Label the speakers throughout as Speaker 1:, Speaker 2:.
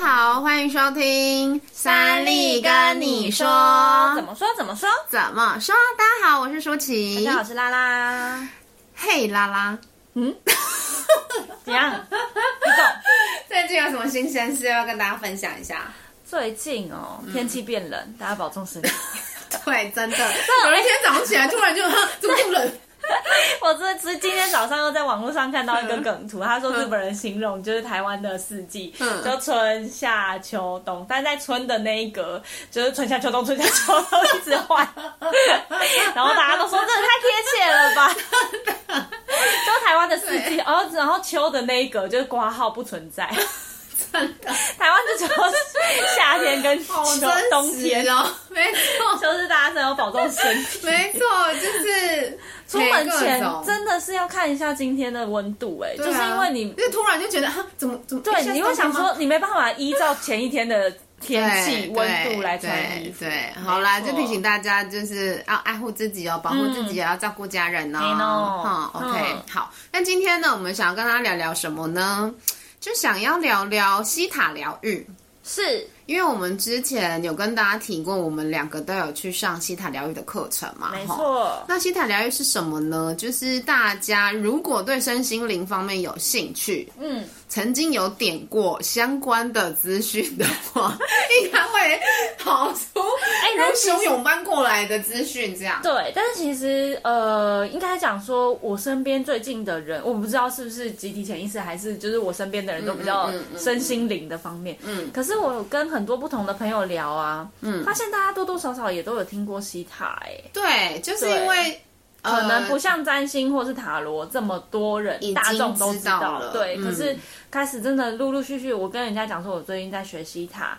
Speaker 1: 好，欢迎收听《三立跟你说》
Speaker 2: 怎么说怎么说？
Speaker 1: 怎么说？大家好，我是舒
Speaker 2: 大
Speaker 1: 淇
Speaker 2: 家。好，我是拉拉。
Speaker 1: 嘿啦啦，
Speaker 2: 怎样？你懂？
Speaker 1: 最近有什么新鲜事要跟大家分享一下？
Speaker 2: 最近哦，天气变冷，大家保重身体。
Speaker 1: 对，真 的，有一天早上起来突然就 哼怎么这么冷？
Speaker 2: 我这是今天早上又在网络上看到一个梗图，他说日本人形容就是台湾的四季，
Speaker 1: 嗯
Speaker 2: 就春夏秋冬，但在春的那一格就是春夏秋冬，春夏秋冬一直换， 然后大家都说这也太贴切 了吧？就台湾的四季，然后然后秋的那一格就是挂号不存在，
Speaker 1: 真的，
Speaker 2: 台湾就只有夏天跟秋
Speaker 1: 好真
Speaker 2: 冬天
Speaker 1: 实。哦，没 错，
Speaker 2: 就是大家真的要保重身体。
Speaker 1: 没错，就是
Speaker 2: 出门前
Speaker 1: 每各种
Speaker 2: 真的是要看一下今天的温度、哎、
Speaker 1: 对
Speaker 2: 就是
Speaker 1: 啊
Speaker 2: 因为你
Speaker 1: 就突然就觉得啊，怎么怎么？诶现
Speaker 2: 对，
Speaker 1: 在
Speaker 2: 你会想
Speaker 1: 冬天吗
Speaker 2: 说你没办法依照前一天的天气
Speaker 1: 对
Speaker 2: 温
Speaker 1: 对
Speaker 2: 度来穿衣服。
Speaker 1: 对，对好啦，
Speaker 2: 没
Speaker 1: 就
Speaker 2: 错
Speaker 1: 提醒大家，就是要爱护自己哦，保护自己，也要照顾家人哦。
Speaker 2: 嗯没
Speaker 1: 哈
Speaker 2: 喏、
Speaker 1: o k
Speaker 2: 嗯
Speaker 1: 好。那今天呢，我们想要跟大家聊聊什么呢？就想要聊聊西塔疗愈，
Speaker 2: 是
Speaker 1: 因为我们之前有跟大家提过，我们两个都有去上西塔疗愈的课程嘛，
Speaker 2: 没
Speaker 1: 哈
Speaker 2: 错。
Speaker 1: 那西塔疗愈是什么呢？就是大家如果对身心灵方面有兴趣，
Speaker 2: 嗯，
Speaker 1: 曾经有点过相关的资讯的话，应该会跑出
Speaker 2: 嗯哎
Speaker 1: 如汹涌般过来的资讯，这样。
Speaker 2: 对，但是其实呃，应该讲说，我身边最近的人，我不知道是不是集体潜意识，还是就是我身边的人都比较
Speaker 1: 嗯嗯嗯嗯
Speaker 2: 身心灵的方面。
Speaker 1: 嗯
Speaker 2: 可是我有跟很多不同的朋友聊啊，
Speaker 1: 嗯
Speaker 2: 发现大家多多少少也都有听过西塔、哎，
Speaker 1: 对，就是因为
Speaker 2: 可能
Speaker 1: 呃
Speaker 2: 不像占星或是塔罗这么多人
Speaker 1: 已经
Speaker 2: 大众都
Speaker 1: 知道了
Speaker 2: 了，对。
Speaker 1: 嗯
Speaker 2: 可是开始真的陆陆续续，我跟人家讲说，我最近在学西塔，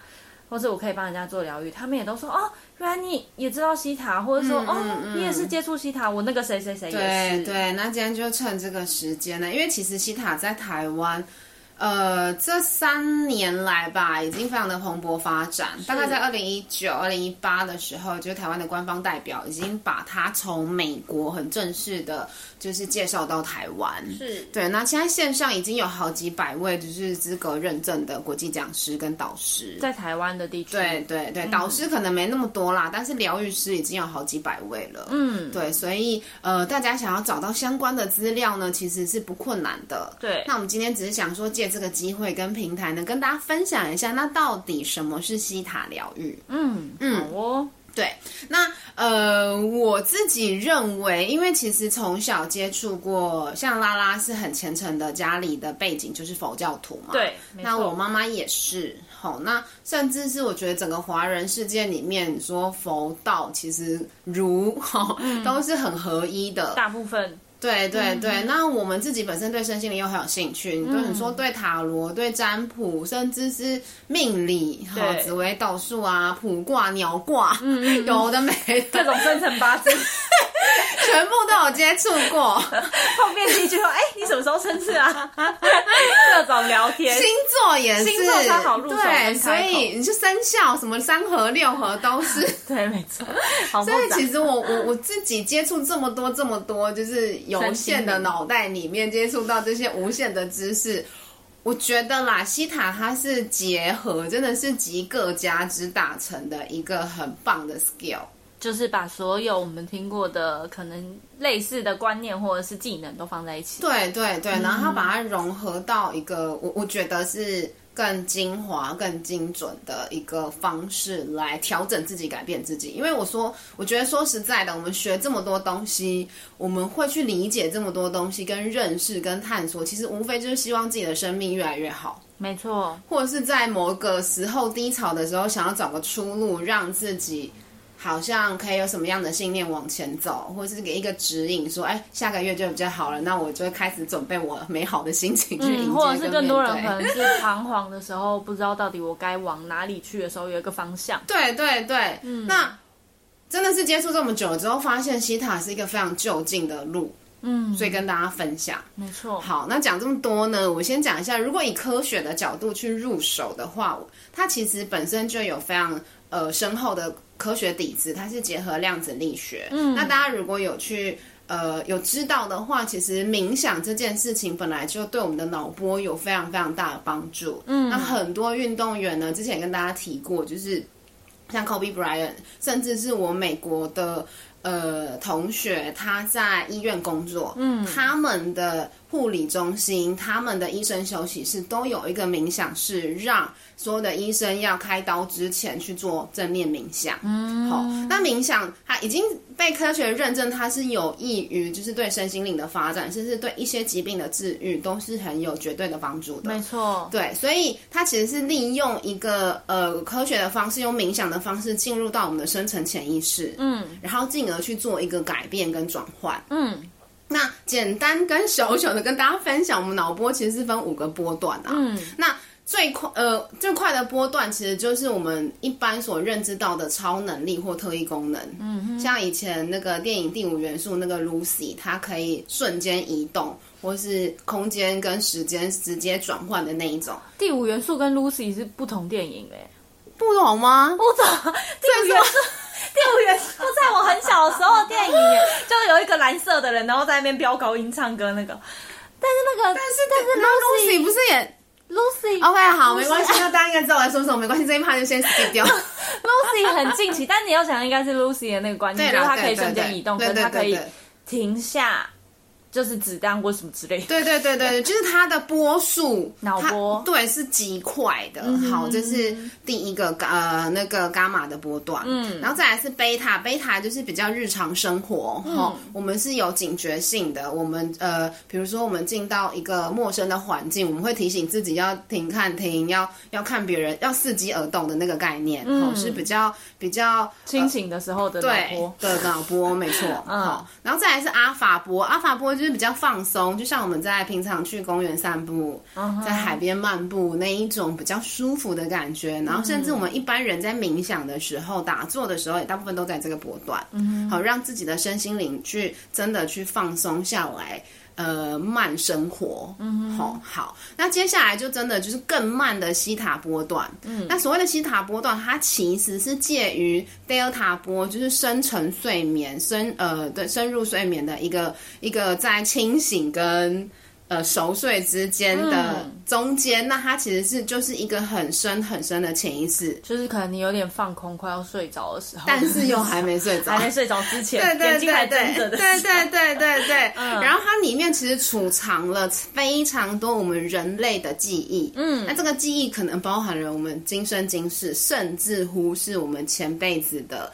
Speaker 2: 或者我可以帮人家做疗愈，他们也都说哦，原来你也知道西塔，或者说、
Speaker 1: 嗯嗯
Speaker 2: 哦，
Speaker 1: 嗯
Speaker 2: 你也是接触西塔，我那个谁谁谁也
Speaker 1: 对
Speaker 2: 是，
Speaker 1: 对，那今天就趁这个时间呢，因为其实西塔在台湾，呃，这三年来吧，已经非常的蓬勃发展。大概在二零一九、二零一八的时候，就是台湾的官方代表已经把它从美国很正式的，就是介绍到台湾。
Speaker 2: 是
Speaker 1: 对，那现在线上已经有好几百位就是资格认证的国际讲师跟导师。
Speaker 2: 在台湾的地区，
Speaker 1: 对对
Speaker 2: 嗯
Speaker 1: 对，导师可能没那么多啦，但是疗愈师已经有好几百位了。
Speaker 2: 嗯，
Speaker 1: 对，所以呃，大家想要找到相关的资料呢，其实是不困难的。
Speaker 2: 对，
Speaker 1: 那我们今天只是想说，借这个机会跟平台呢，跟大家分享一下，那到底什么是西塔疗愈？
Speaker 2: 嗯嗯，好哦，
Speaker 1: 对，那呃，我自己认为，因为其实从小接触过，像拉拉是很虔诚的，家里的背景就是佛教徒嘛。
Speaker 2: 对，没
Speaker 1: 那
Speaker 2: 错
Speaker 1: 我妈妈也是，好，那甚至是我觉得整个华人世界里面，说佛道其实儒哈、都是很合一的，
Speaker 2: 嗯大部嗯分
Speaker 1: 对对对。那我们自己本身对身心灵又很有兴趣，
Speaker 2: 嗯
Speaker 1: 你对你说对塔罗、对占卜，甚至是命理、哈
Speaker 2: 对嗯
Speaker 1: 紫微斗数啊、卜卦、鸟卦， 有的没
Speaker 2: 各
Speaker 1: 的，
Speaker 2: 种生辰八 字，
Speaker 1: 全部都有接触 过。
Speaker 2: 后面一句说，哎、你什么时候生日啊？ 各种聊天，
Speaker 1: 星座也是，
Speaker 2: 星座超好入手
Speaker 1: 对，
Speaker 2: 跟
Speaker 1: 所
Speaker 2: 开口
Speaker 1: 以你就生肖什么三合六合都 是。
Speaker 2: 对，没错，好复
Speaker 1: 所以
Speaker 2: 杂。
Speaker 1: 其实我我我自己接触这么多这么多，就是有限的脑袋里面接触到这些无限的知识，我觉得啦，西塔它是结合，真的是集各家之大成的一个很棒的 skill。
Speaker 2: 就是把所有我们听过的可能类似的观念或者是技能都放在一起。
Speaker 1: 对对对，然后它把它融合到一个，我我觉得是。更精华、更精准的一个方式来调整自己、改变自己。因为我说，我觉得说实在的，我们学这么多东西，我们会去理解这么多东西、跟认识、跟探索，其实无非就是希望自己的生命越来越好，
Speaker 2: 没错，
Speaker 1: 或者是在某个时候低潮的时候，想要找个出路，让自己好像可以有什么样的信念往前走，或者是给一个指引，说，哎，下个月就比较好了，那我就会开始准备我美好的心情去迎接、
Speaker 2: 嗯，或者是更多人可能是彷徨的时候，不知道到底我该往哪里去的时候，有一个方向。
Speaker 1: 对对对，
Speaker 2: 嗯
Speaker 1: 那真的是接触这么久之后，发现西塔是一个非常就近的路，
Speaker 2: 嗯，
Speaker 1: 所以跟大家分享。
Speaker 2: 没错，
Speaker 1: 好，那讲这么多呢，我先讲一下，如果以科学的角度去入手的话，我它其实本身就有非常呃深厚的科学底子，它是结合量子力学。嗯，那大家如果有去呃有知道的话，其实冥想这件事情本来就对我们的脑波有非常非常大的帮助。嗯，那很多运动员呢，之前也跟大家提过，就是像 Kobe Bryant，甚至是我美国的呃同学，他在医院工作，嗯，他们的护理中心、他们的医生休息室都有一个冥想室，让所有的医生要开刀之前去做正念冥想。嗯，好，那冥想它已经被科学认证，它是有益于就是对身心灵的发展，甚至对一些疾病的治愈都是很有绝对的帮助的。
Speaker 2: 没错，
Speaker 1: 对，所以它其实是利用一个呃科学的方式，用冥想的方式进入到我们的深层潜意识，
Speaker 2: 嗯
Speaker 1: 然后进而去做一个改变跟转换。
Speaker 2: 嗯
Speaker 1: 那简单跟小小的跟大家分享，我们脑波其实是分五个波段啊。
Speaker 2: 嗯，
Speaker 1: 那最快呃最快的波段其实就是我们一般所认知到的超能力或特异功能。嗯，像以前那个电影《第五元素》那个 Lucy，她可以瞬间移动，或是空间跟时间直接转换的那一种。
Speaker 2: 第五元素跟 Lucy 是不同电影哎、欸，
Speaker 1: 不懂吗？
Speaker 2: 不 懂第五元素。第五元素在我很小的时候的电影欸，就有一个蓝色的人，然后在那边飙高音唱歌那个。但是那个，但是但是
Speaker 1: 那 Lucy 哦不是也
Speaker 2: Lucy
Speaker 1: OK？好，没关系，那大家应该知道我在说什么，没关系，这一趴就先 skip 掉。
Speaker 2: Lucy 很近期，但你要想应该是 Lucy 的那个观念，
Speaker 1: 对
Speaker 2: 就是
Speaker 1: 啦，
Speaker 2: 它可以瞬间移动，
Speaker 1: 对
Speaker 2: 跟
Speaker 1: 对
Speaker 2: 它可以
Speaker 1: 对对
Speaker 2: 停下，就是子弹或什么之类的。
Speaker 1: 对呃对对对，对就是它的波数，
Speaker 2: 脑波嗯
Speaker 1: 它对是极快的。好，这是第一个呃那个伽马的波段，嗯，然后再来是贝塔，贝塔就是比较日常生活，
Speaker 2: 嗯
Speaker 1: 哦，我们是有警觉性的，我们呃，比如说我们进到一个陌生的环境，我们会提醒自己要停看停，要要看别人，要伺机而动的那个概念，哦，
Speaker 2: 嗯
Speaker 1: 是比较比较
Speaker 2: 清醒的时候的脑
Speaker 1: 对
Speaker 2: 波，
Speaker 1: 的脑波，没错。
Speaker 2: 嗯
Speaker 1: 好，然后再来是阿法波，阿法波就是比较放松，就像我们在平常去公园散步，在海边漫步那一种比较舒服的感觉。然后甚至我们一般人在冥想的时候、打坐的时候，也大部分都在这个波段。嗯，好，让自己的身心灵去真的去放松下来。呃，慢生活，嗯，好，好，那接下来就真的就是更慢的西塔波段，嗯，那所谓的西塔波段，它其实是介于德尔塔波，就是深层睡眠、深呃对深入睡眠的一个一个在清醒跟呃熟睡之间的
Speaker 2: 嗯
Speaker 1: 中间，那它其实是就是一个很深很深的潜意识，
Speaker 2: 就是可能你有点放空，快要睡着的时候，
Speaker 1: 但是又还没睡着，
Speaker 2: 还没睡着之前，
Speaker 1: 对
Speaker 2: 眼
Speaker 1: 对
Speaker 2: 睛还
Speaker 1: 对对
Speaker 2: 睁着的时候嗯
Speaker 1: 对对对对对。然后它里面其实储藏了非常多我们人类的记忆，嗯，那这个记忆可能包含了我们今生今世，甚至乎是我们前辈子的。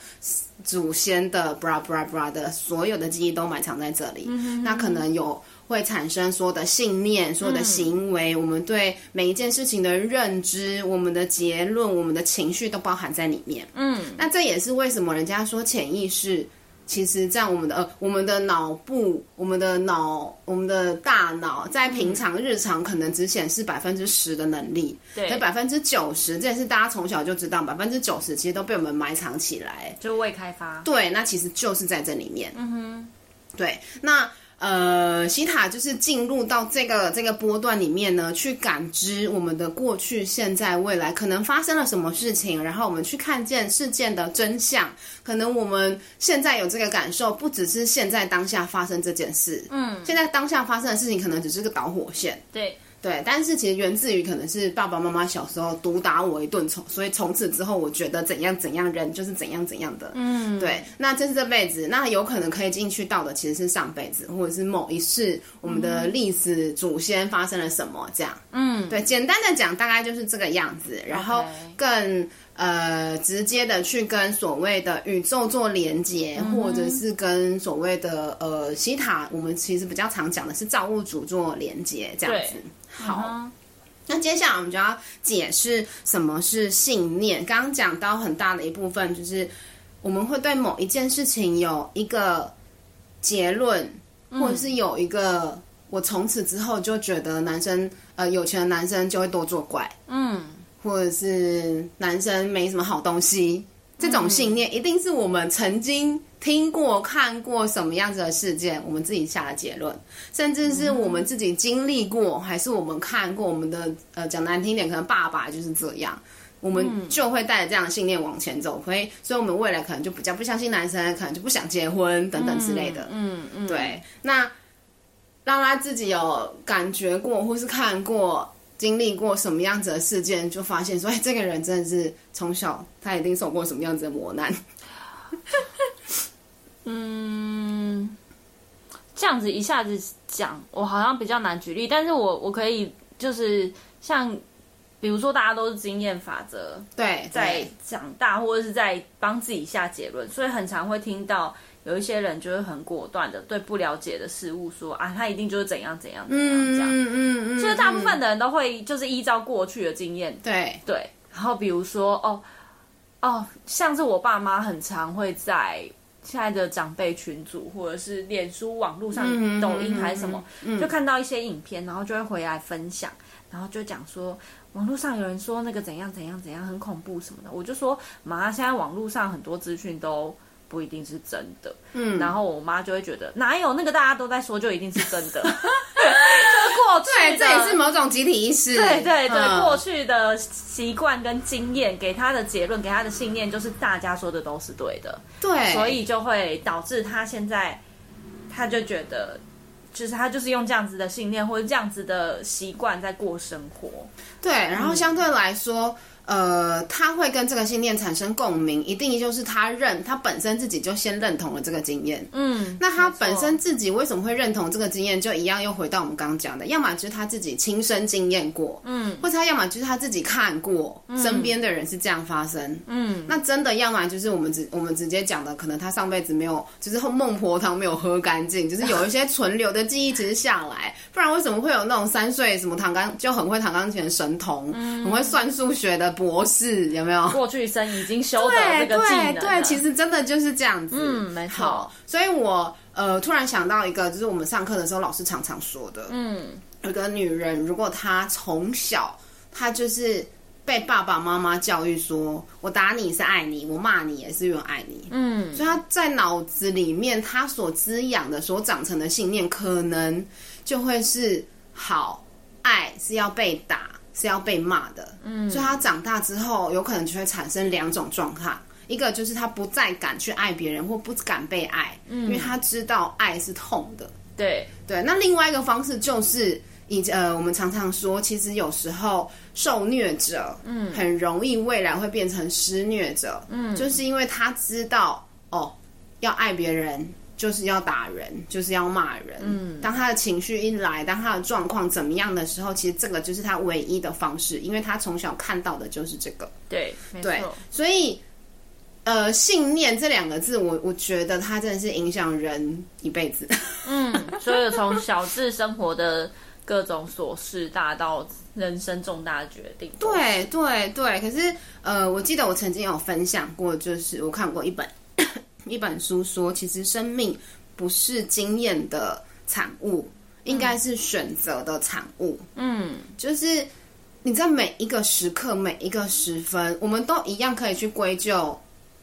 Speaker 1: 祖先的 bra bra bra 的所有的记忆都埋藏在这里，
Speaker 2: 嗯
Speaker 1: 那可能有会产生所有的信念、所有的行为，我们对每一件事情的认知、我们的结论、我们的情绪都包含在里面。
Speaker 2: 嗯，
Speaker 1: 那这也是为什么人家说潜意识，其实在我们的呃我们的脑部、我们的脑、我们的大脑，在平常日常可能只显示百分之十的能力，
Speaker 2: 对
Speaker 1: 可百分之九十，这也是大家从小就知道，百分之九十其实都被我们埋藏起来。
Speaker 2: 就未开发，
Speaker 1: 对，那其实就是在这里面。嗯哼，对，那。呃，西塔就是进入到这个这个波段里面呢，去感知我们的过去、现在、未来可能发生了什么事情，然后我们去看见事件的真相。可能我们现在有这个感受，不只是现在当下发生这件事，嗯，现在当下发生的事情可能只是个导火线，
Speaker 2: 对，
Speaker 1: 对，但是其实源自于可能是爸爸妈妈小时候毒打我一顿，从所以从此之后，我觉得怎样怎样人就是怎样怎样的，
Speaker 2: 嗯，
Speaker 1: 对，那这是这辈子，那有可能可以进去到的其实是上辈子，或者是某一世我们的历史祖先发生了什么这样。
Speaker 2: 嗯，
Speaker 1: 对，简单的讲大概就是这个样子，然后
Speaker 2: OK
Speaker 1: 更呃直接的去跟所谓的宇宙做连接，
Speaker 2: 嗯
Speaker 1: 或者是跟所谓的呃西塔，我们其实比较常讲的是造物主做连接这样
Speaker 2: 对
Speaker 1: 子。好。
Speaker 2: 嗯
Speaker 1: 那接下来我们就要解释什么是信念。刚刚讲到很大的一部分就是我们会对某一件事情有一个结论，或者是有一个我从此之后就觉得男生呃有钱的男生就会多作怪，
Speaker 2: 嗯，
Speaker 1: 或者是男生没什么好东西，这种信念一定是我们曾经听过、看过什么样子的事件，我们自己下的结论，甚至是我们自己经历过，还是我们看过我们的呃讲难听点，可能爸爸就是这样。我
Speaker 2: 嗯
Speaker 1: 们就会带着这样的信念往前走，所以所以我们未来可能就比较不相信男生，可能就不想结婚等等之类的。
Speaker 2: 嗯嗯，
Speaker 1: 对，那拉拉自己有感觉过或是看过、经历过什么样子的事件，就发现说，哎，这个人真的是从小他一定受过什么样子的磨难。
Speaker 2: 嗯，这样子一下子讲，我好像比较难举例，但是我我可以就是像，比如说大家都是经验法则，
Speaker 1: 对，
Speaker 2: 在
Speaker 1: 对
Speaker 2: 长大或者是在帮自己下结论，所以很常会听到有一些人就是很果断的对不了解的事物说啊，他一定就是怎样怎样怎样
Speaker 1: 嗯
Speaker 2: 这样，
Speaker 1: 嗯嗯，
Speaker 2: 就是大部分
Speaker 1: 的
Speaker 2: 的人都会就是依照过去的经验
Speaker 1: 对
Speaker 2: 对，然后比如说哦哦，像是我爸妈很常会在现在的长辈群组或者是脸书网络上、
Speaker 1: 嗯
Speaker 2: 抖音还是什么，
Speaker 1: 嗯
Speaker 2: 就看到一些影片，然后就会回来分享，然后就讲说。网络上有人说那个怎样怎样怎样很恐怖什么的，我就说妈，现在网络上很多资讯都不一定是真的。
Speaker 1: 嗯，
Speaker 2: 然后我妈就会觉得哪有那个大家都在说就一定是真 的，就是过去
Speaker 1: 对，
Speaker 2: 的
Speaker 1: 哎这也是某种集体意识。
Speaker 2: 对对对，
Speaker 1: 嗯
Speaker 2: 过去的习惯跟经验给他的结论，给他的信念就是大家说的都是对的，
Speaker 1: 对，
Speaker 2: 所以就会导致他现在他就觉得，就是他就是用这样子的信念或者这样子的习惯在过生活。
Speaker 1: 对，然后相对来说，呃，他会跟这个信念产生共鸣，一定就是他认他本身自己就先认同了这个经验。
Speaker 2: 嗯，
Speaker 1: 那他
Speaker 2: 没错
Speaker 1: 本身自己为什么会认同这个经验？就一样又回到我们刚刚讲的，要么就是他自己亲身经验过，
Speaker 2: 嗯
Speaker 1: 或者他要么就是他自己看过，身边的人是这样发生。
Speaker 2: 嗯
Speaker 1: 那真的，要么就是我们直我们直接讲的，可能他上辈子没有，就是孟婆汤没有喝干净，就是有一些存留的记忆其实下来，不然为什么会有那种三岁什么弹钢就很会弹钢琴的神童，
Speaker 2: 嗯
Speaker 1: 很会算数学的博士，有没有？
Speaker 2: 过去生已经修得
Speaker 1: 对
Speaker 2: 这个技
Speaker 1: 对
Speaker 2: 能了
Speaker 1: 对，其实真的就是这样子。
Speaker 2: 嗯没错
Speaker 1: 好，所以我呃突然想到一个，就是我们上课的时候老师常常说的，
Speaker 2: 嗯
Speaker 1: 有个女人，如果她从小她就是被爸爸妈妈教育说，我打你是爱你，我骂你也是因为爱你，
Speaker 2: 嗯
Speaker 1: 所以她在脑子里面她所滋养的、所长成的信念，可能就会是好爱是要被打，是要被骂的。嗯，所以她长大之后，有可能就会产生两种状态。一个就是她不再敢去爱别人，或不敢被爱，嗯、因为她知道爱是痛的。
Speaker 2: 对
Speaker 1: 对，那另外一个方式就是以呃，我们常常说，其实有时候受虐者，嗯，很容易未来会变成施虐者，嗯，就是因为他知道哦，要爱别人。就是要打人，就是要骂人。嗯，当他的情绪一来，当他的状况怎么样的时候，其实这个就是他唯一的方式，因为他从小看到的就是这个。
Speaker 2: 对没
Speaker 1: 对
Speaker 2: 错，
Speaker 1: 所以呃，信念这两个字，我我觉得它真的是影响人一辈子。
Speaker 2: 嗯，所以从小至生活的各种琐事，大到人生重大决定，对
Speaker 1: 对对对，可是呃，我记得我曾经有分享过，就是我看过一本 一本书说，其实生命不是经验的产物，应该是选择的产物。
Speaker 2: 嗯
Speaker 1: 就是你在每一个时刻、每一个时分，我们都一样可以去归咎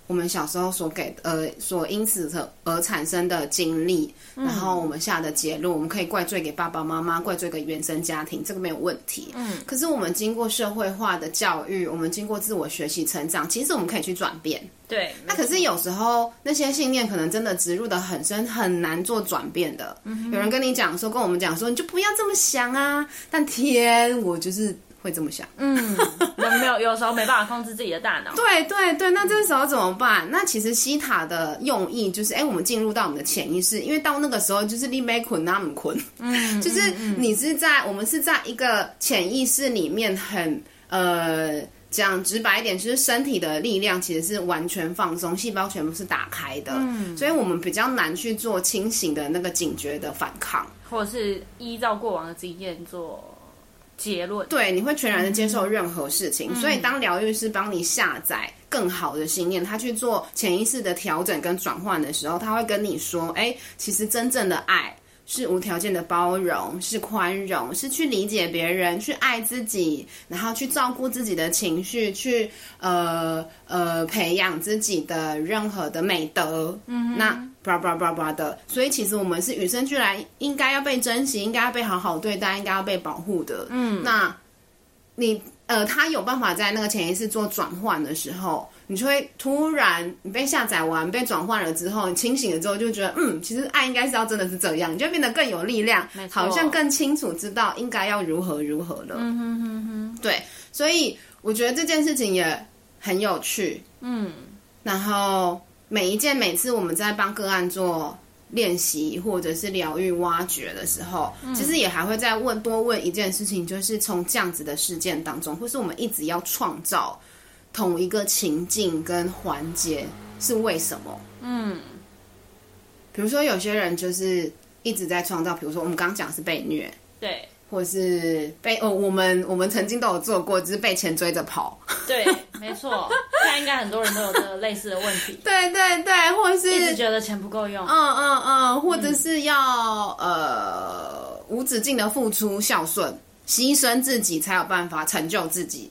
Speaker 1: 我们小时候所给的呃所因此的而产生的经历，然后我们下的结论，我们可以怪罪给爸爸妈妈，怪罪给原生家庭，这个没有问题。嗯，可是我们经过社会化的教育，我们经过自我学习成长，其实我们可以去转变。
Speaker 2: 对，
Speaker 1: 那可是有时候那些信念可能真的植入的很深，很难做转变的。有人跟你讲说，跟我们讲说，你就不要这么想啊。但天，我就是会这么想。
Speaker 2: 嗯，人没有有时候没办法控制自己的大脑。
Speaker 1: 对对对，那这时候怎么办？那其实西塔的用意就是，哎、我们进入到我们的潜意识，因为到那个时候就是你没捆，他们捆，嗯， 就是你是在我们是在一个潜意识里面很呃。讲直白一点，就是身体的力量其实是完全放松，细胞全部是打开的，嗯、所以我们比较难去做清醒的那个警觉的反抗。
Speaker 2: 或者是依照过往的经验做结论。
Speaker 1: 对，你会全然的接受任何事情。所以当疗愈师帮你下载更好的信念，他去做潜意识的调整跟转换的时候，他会跟你说：“哎，其实真正的爱。”是无条件的包容，是宽容，是去理解别人，去爱自己，然后去照顾自己的情绪，去呃呃培养自己的任何的美德。嗯，那 blah blah blah blah 的，所以其实我们是与生俱来，应该要被珍惜，应该要被好好对待，应该要被保护的。嗯，那你呃，它有办法在那个潜意识做转换的时候，你就会突然你被下载完、被转换了之后，你清醒了之后就觉得，嗯，其实爱应该是要真的是这样，你就会变得更有力量
Speaker 2: 没，错
Speaker 1: 好像更清楚知道应该要如何如何了。嗯哼哼哼，对，所以我觉得这件事情也很有趣。
Speaker 2: 嗯，
Speaker 1: 然后每一件每次我们在帮个案做练习或者是疗愈挖掘的时候，
Speaker 2: 嗯
Speaker 1: 其实也还会再问多问一件事情，就是从这样子的事件当中，或是我们一直要创造同一个情境跟环节是为什么？
Speaker 2: 嗯，
Speaker 1: 比如说有些人就是一直在创造，比如说我们刚刚讲是被虐。
Speaker 2: 对
Speaker 1: 或是被哦，我们我们曾经都有做过，只是被钱追着跑。
Speaker 2: 对，没错，现在应该很多人都有这个类似的问 题，
Speaker 1: 对对对，或是
Speaker 2: 一直觉得钱不够用，
Speaker 1: 嗯嗯嗯，或者是要、呃无止境的付出、孝顺、牺牲自己，才有办法成就自己、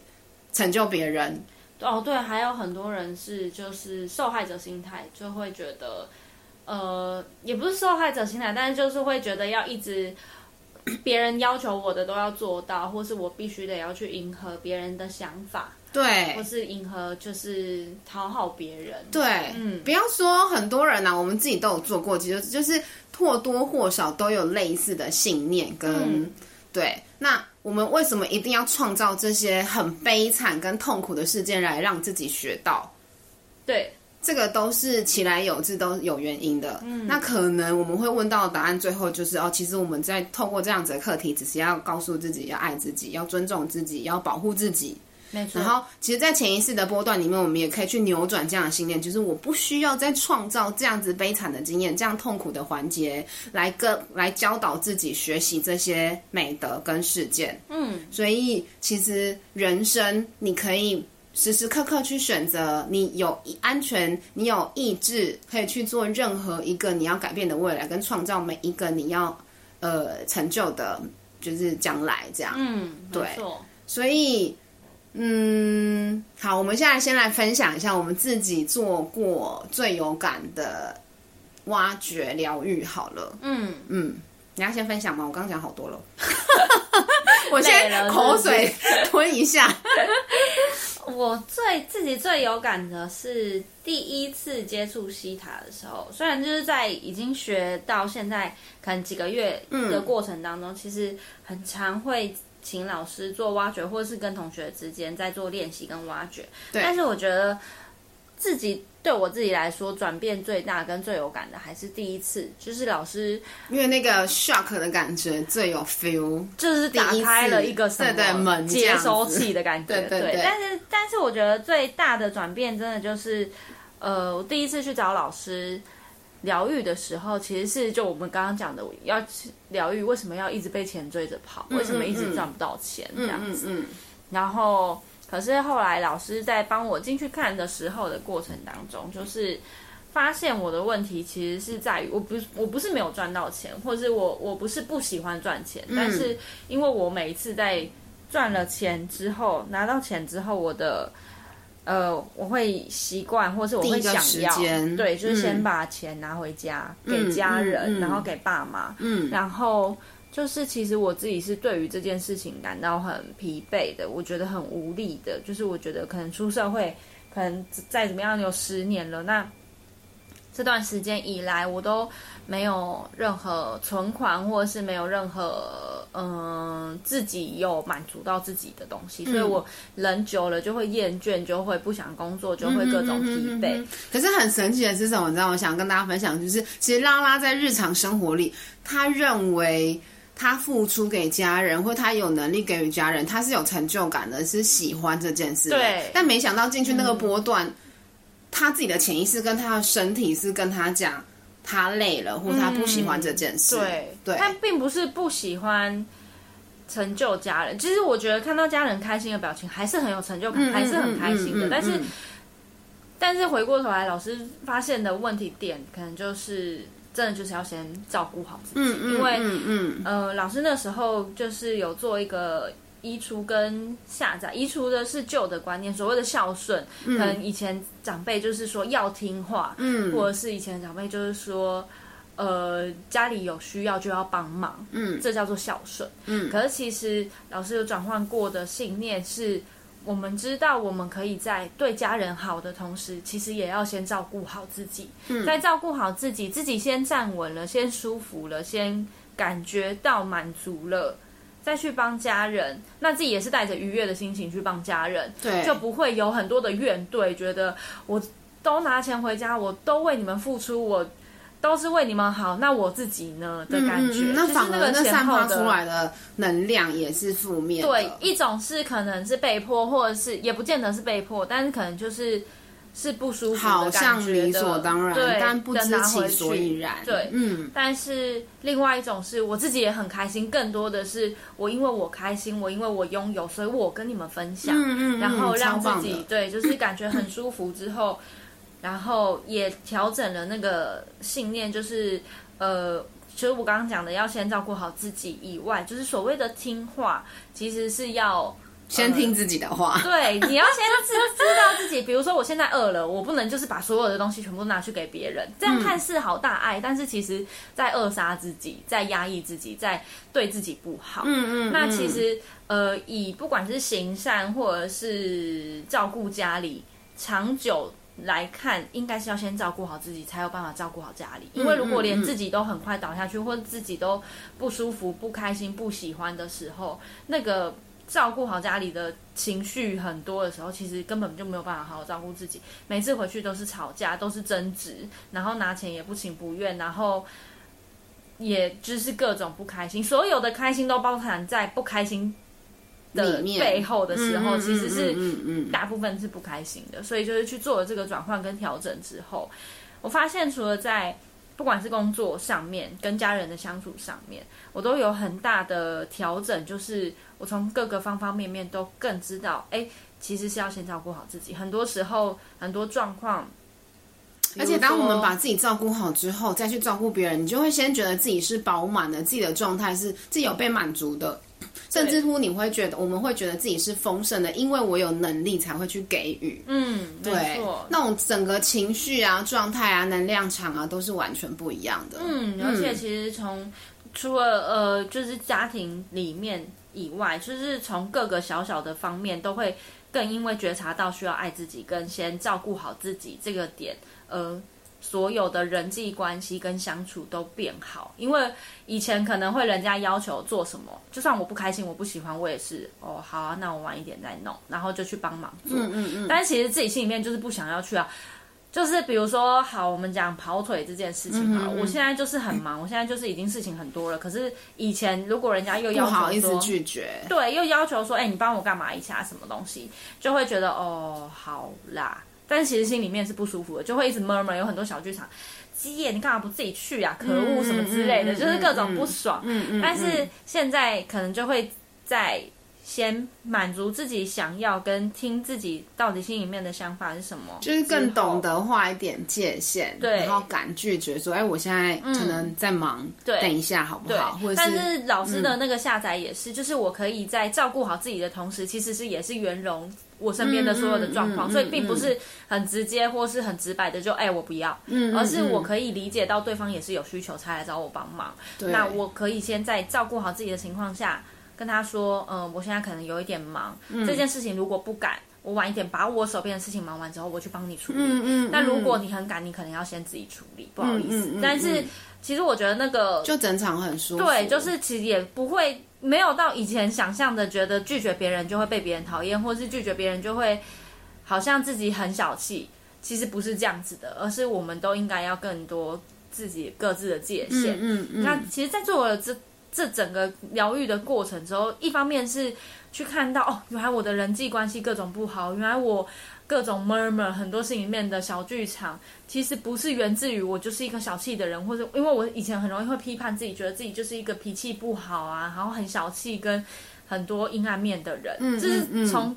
Speaker 1: 成就别人。
Speaker 2: 哦，对，还有很多人是就是受害者心态，就会觉得，呃，也不是受害者心态，但是就是会觉得要一直别人要求我的都要做到，或是我必须得要去迎合别人的想法，
Speaker 1: 对
Speaker 2: 或是迎合就是讨好别人。
Speaker 1: 对，
Speaker 2: 嗯
Speaker 1: 不要说很多人呐、啊我们自己都有做过，其实就是或多或少都有类似的信念跟、
Speaker 2: 嗯
Speaker 1: 对。那我们为什么一定要创造这些很悲惨跟痛苦的事件来让自己学到？
Speaker 2: 对，
Speaker 1: 这个都是其来有自，都有原因的。嗯，那可能我们会问到的答案，最后就是哦，其实我们在透过这样子的课题，只是要告诉自己要爱自己，要尊重自己，要保护自己。
Speaker 2: 没错。
Speaker 1: 然后，其实，在潜意识的波段里面，我们也可以去扭转这样的信念，就是我不需要再创造这样子悲惨的经验，这样痛苦的环节，来跟来教导自己学习这些美德跟事件。
Speaker 2: 嗯，
Speaker 1: 所以其实人生你可以时时刻刻去选择，你有安全，你有意志，可以去做任何一个你要改变的未来，跟创造每一个你要呃成就的，就是将来这样。
Speaker 2: 嗯，
Speaker 1: 对
Speaker 2: 没错。
Speaker 1: 所以，嗯，好，我们现在先来分享一下我们自己做过最有感的挖掘疗愈好了。
Speaker 2: 嗯，
Speaker 1: 嗯，你要先分享吗？我刚刚讲好 多了，我
Speaker 2: 累了
Speaker 1: 先
Speaker 2: 是不是
Speaker 1: 口水 吞一下。
Speaker 2: 我最自己最有感的是第一次接触西塔的时候，虽然就是在已经学到现在可能几个月的过程当中，其实很常会请老师做挖掘，或是跟同学之间在做练习跟挖掘。
Speaker 1: 对
Speaker 2: 但是我觉得自己对我自己来说，转变最大跟最有感的还是第一次，就是老师
Speaker 1: 因为那个 shock 的感觉最有 feel。
Speaker 2: 就是打开了一个什么
Speaker 1: 对对门这
Speaker 2: 接
Speaker 1: 样子
Speaker 2: 收器的感觉，
Speaker 1: 对对对
Speaker 2: 但是但是我觉得最大的转变真的就是，呃，我第一次去找老师疗愈的时候，其实是就我们刚刚讲的，要去疗愈为什么要一直被钱追着跑，为什么一直赚不到钱这样
Speaker 1: 嗯
Speaker 2: 子，
Speaker 1: 嗯，
Speaker 2: 然后。可是后来老师在帮我进去看的时候的过程当中，就是发现我的问题其实是在于我不是我不是没有赚到钱，或是我我不是不喜欢赚
Speaker 1: 嗯
Speaker 2: 钱，但是因为我每一次在赚了钱之后，拿到钱之后，我的呃我会习惯，或是我
Speaker 1: 第
Speaker 2: 会
Speaker 1: 一个
Speaker 2: 想
Speaker 1: 时
Speaker 2: 要，
Speaker 1: 间
Speaker 2: 对，就是先
Speaker 1: 嗯
Speaker 2: 把钱拿回家、
Speaker 1: 嗯
Speaker 2: 给家人，
Speaker 1: 嗯嗯
Speaker 2: 然后给爸妈，
Speaker 1: 嗯
Speaker 2: 然后就是其实我自己是对于这件事情感到很疲惫的，我觉得很无力的，就是我觉得可能出社会，可能再怎么样有十年了，那这段时间以来我都没有任何存款，或者是没有任何嗯、呃自己有满足到自己的东西，所以
Speaker 1: 嗯
Speaker 2: 我人久了就会厌倦，就会不想工作，就会各种疲
Speaker 1: 嗯
Speaker 2: 惫。
Speaker 1: 可是很神奇的是什么？你知道，我想跟大家分享，就是其实拉拉在日常生活里，他认为他付出给家人，或他有能力给予家人，他是有成就感的，是喜欢这件事的。
Speaker 2: 对
Speaker 1: 但没想到进去那个波段，他自己的潜意识跟他的身体是跟他讲，他累了，或他不喜欢这件事。
Speaker 2: 嗯对
Speaker 1: 对，
Speaker 2: 他并不是不喜欢成就家人。其实我觉得看到家人开心的表情还是很有成就感，
Speaker 1: 嗯
Speaker 2: 还是很开心
Speaker 1: 嗯嗯
Speaker 2: 的。
Speaker 1: 嗯
Speaker 2: 但是
Speaker 1: 嗯，
Speaker 2: 但是回过头来，老师发现的问题点，可能就是真的就是要先照顾好自己，
Speaker 1: 嗯嗯，
Speaker 2: 因为
Speaker 1: 嗯嗯。
Speaker 2: 呃，老师那时候就是有做一个移除跟下载，移除的是旧的观念，所谓的孝顺，可嗯能以前长辈就是说要听话，嗯，或者是以前长辈就是说。呃家里有需要就要帮忙，嗯，这叫做孝顺，嗯。可是其实老师有转换过的信念是，我们知道我们可以在对家人好的同时，其实也要先照顾好自己，嗯，在照顾好自己，自己先站稳了，先舒服了，先感觉到满足了。再去帮家人，那自己也是带着愉悦的心情去帮家人，
Speaker 1: 对
Speaker 2: 就不会有很多的怨怼，觉得我都拿钱回家，我都为你们付出，我都是为你们好，那我自己呢的感觉，
Speaker 1: 嗯嗯，那
Speaker 2: 就是
Speaker 1: 反而
Speaker 2: 个
Speaker 1: 那
Speaker 2: 前
Speaker 1: 散
Speaker 2: 后
Speaker 1: 发
Speaker 2: 的
Speaker 1: 出来的能量也是负面的。
Speaker 2: 对，一种是可能是被迫，或者是也不见得是被迫，但是可能就是是不舒服
Speaker 1: 好
Speaker 2: 的感
Speaker 1: 像
Speaker 2: 觉
Speaker 1: 理
Speaker 2: 的
Speaker 1: 所当然
Speaker 2: 对，
Speaker 1: 但不
Speaker 2: 的
Speaker 1: 知
Speaker 2: 拿
Speaker 1: 其
Speaker 2: 回
Speaker 1: 所
Speaker 2: 去
Speaker 1: 以然。
Speaker 2: 对
Speaker 1: 嗯，
Speaker 2: 但是另外一种是我自己也很开心，更多的是我因为我开心，我因为我拥有，所以我跟你们分享，
Speaker 1: 嗯嗯嗯
Speaker 2: 然后让自
Speaker 1: 超
Speaker 2: 己
Speaker 1: 棒的
Speaker 2: 对，就是感觉很舒服之后，然后也调整了那个信念，就是呃。就是我刚刚讲的，要先照顾好自己以外，就是所谓的听话，其实是要
Speaker 1: 先听自己的话。
Speaker 2: 对，你要先知知道自己，比如说我现在饿了，我不能就是把所有的东西全部拿去给别人，这样看似好大爱，但是其实在扼杀自己，在压抑自己，在对自己不好。
Speaker 1: 嗯嗯，
Speaker 2: 那
Speaker 1: 嗯
Speaker 2: 其实呃，以不管是行善或者是照顾家里，长久。来看，应该是要先照顾好自己，才有办法照顾好家里。因
Speaker 1: 嗯
Speaker 2: 为如果连自己都很快倒下去，或者自己都不舒服、不开心、不喜欢的时候，那个照顾好家里的情绪很多的时候，其实根本就没有办法好好照顾自己。每次回去都是吵架，都是争执，然后拿钱也不情不愿，然后也就是各种不开心，所有的开心都包含在不开心的
Speaker 1: 里面
Speaker 2: 背后的时候，
Speaker 1: 嗯嗯
Speaker 2: 其实
Speaker 1: 嗯
Speaker 2: 是
Speaker 1: 嗯嗯嗯
Speaker 2: 大部分是不开心的。所以就是去做了这个转换跟调整之后，我发现除了在不管是工作上面跟家人的相处上面，我都有很大的调整，就是我从各个方方面面都更知道，哎、其实是要先照顾好自己。很多时候，很多状况，
Speaker 1: 而且当我们把
Speaker 2: 比
Speaker 1: 自己照顾好之后，再去照顾别人，你就会先觉得自己是饱满的，自己的状态是自己有被满足的，甚至乎你会觉得，我们会觉得自己是丰盛的，因为我有能力才会去给予。
Speaker 2: 如说，嗯，没
Speaker 1: 对
Speaker 2: 错，，
Speaker 1: 那种整个情绪啊、状态啊、能量场啊，都是完全不一样的。
Speaker 2: 嗯，而且其实从除了呃，就是家庭里面以外，就是从各个小小的方面都会更因为觉察到需要爱自己，跟先照顾好自己这个点，呃。所有的人际关系跟相处都变好，因为以前可能会人家要求做什么，就算我不开心、我不喜欢，我也是哦，好啊，那我晚一点再弄，然后就去帮忙做。
Speaker 1: 嗯嗯嗯，
Speaker 2: 但其实自己心里面就是不想要去啊。就是比如说，好，我们讲跑腿这件事情哈，
Speaker 1: 嗯嗯嗯
Speaker 2: 我现在就是很忙，我现在就是已经事情很多了。可是以前如果人家又
Speaker 1: 不
Speaker 2: 要
Speaker 1: 好
Speaker 2: 求
Speaker 1: 意思
Speaker 2: 说，
Speaker 1: 拒绝。
Speaker 2: 对，又要求说，哎、你帮我干嘛一下什么东西，就会觉得哦，好啦。但其实心里面是不舒服的，就会一直 murmur，有很多小剧场，鸡眼你干嘛不自己去啊？可恶什么之类的，
Speaker 1: 嗯嗯嗯
Speaker 2: 就是各种不爽。
Speaker 1: 嗯嗯，
Speaker 2: 但是现在可能就会在先满足自己想要，跟听自己到底心里面的想法是什么，
Speaker 1: 就是更懂
Speaker 2: 得
Speaker 1: 得画一点界限，
Speaker 2: 对嗯
Speaker 1: 然后敢拒绝说，哎，我现在可能在忙，
Speaker 2: 对
Speaker 1: 等一下好不
Speaker 2: 对
Speaker 1: 好？或。者嗯
Speaker 2: 但是老师的那个下载也是，就是我可以在照顾好自己的同时，其实是也是圆融我身边的所有的状
Speaker 1: 嗯
Speaker 2: 况，
Speaker 1: 嗯嗯
Speaker 2: 所以并不是很直接或是很直白的就哎、我不要，
Speaker 1: 嗯，
Speaker 2: 而是我
Speaker 1: 以，
Speaker 2: 可以理解到对方也是有需求才来找我帮忙。
Speaker 1: 对
Speaker 2: 那我可以先在照顾好自己的情况下，跟他说，嗯、我现在可能有一点忙，
Speaker 1: 嗯
Speaker 2: 这件事情如果不赶，我晚一点把我手边的事情忙完之后，我去帮你处理。
Speaker 1: 嗯嗯，
Speaker 2: 那如果
Speaker 1: 嗯
Speaker 2: 你很赶，你可能要先自己处理，不好意思。
Speaker 1: 嗯嗯嗯
Speaker 2: 但是
Speaker 1: 嗯
Speaker 2: 其实我觉得那个
Speaker 1: 就整场很舒服，
Speaker 2: 对，就是其实也不会没有到以前想象的，觉得拒绝别人就会被别人讨厌，或是拒绝别人就会好像自己很小气。其实不是这样子的，而是我们都应该要更多自己各自的界限。
Speaker 1: 嗯嗯嗯，
Speaker 2: 那其实，在做了这这整个疗愈的过程之后，一方面是去看到哦，原来我的人际关系各种不好，原来我各种 murmur 很多心里面的小剧场，其实不是源自于我就是一个小气的人，或者因为我以前很容易会批判自己，觉得自己就是一个脾气不好啊，然后很小气跟很多阴暗面的人，
Speaker 1: 嗯
Speaker 2: 这
Speaker 1: 嗯嗯
Speaker 2: 是从。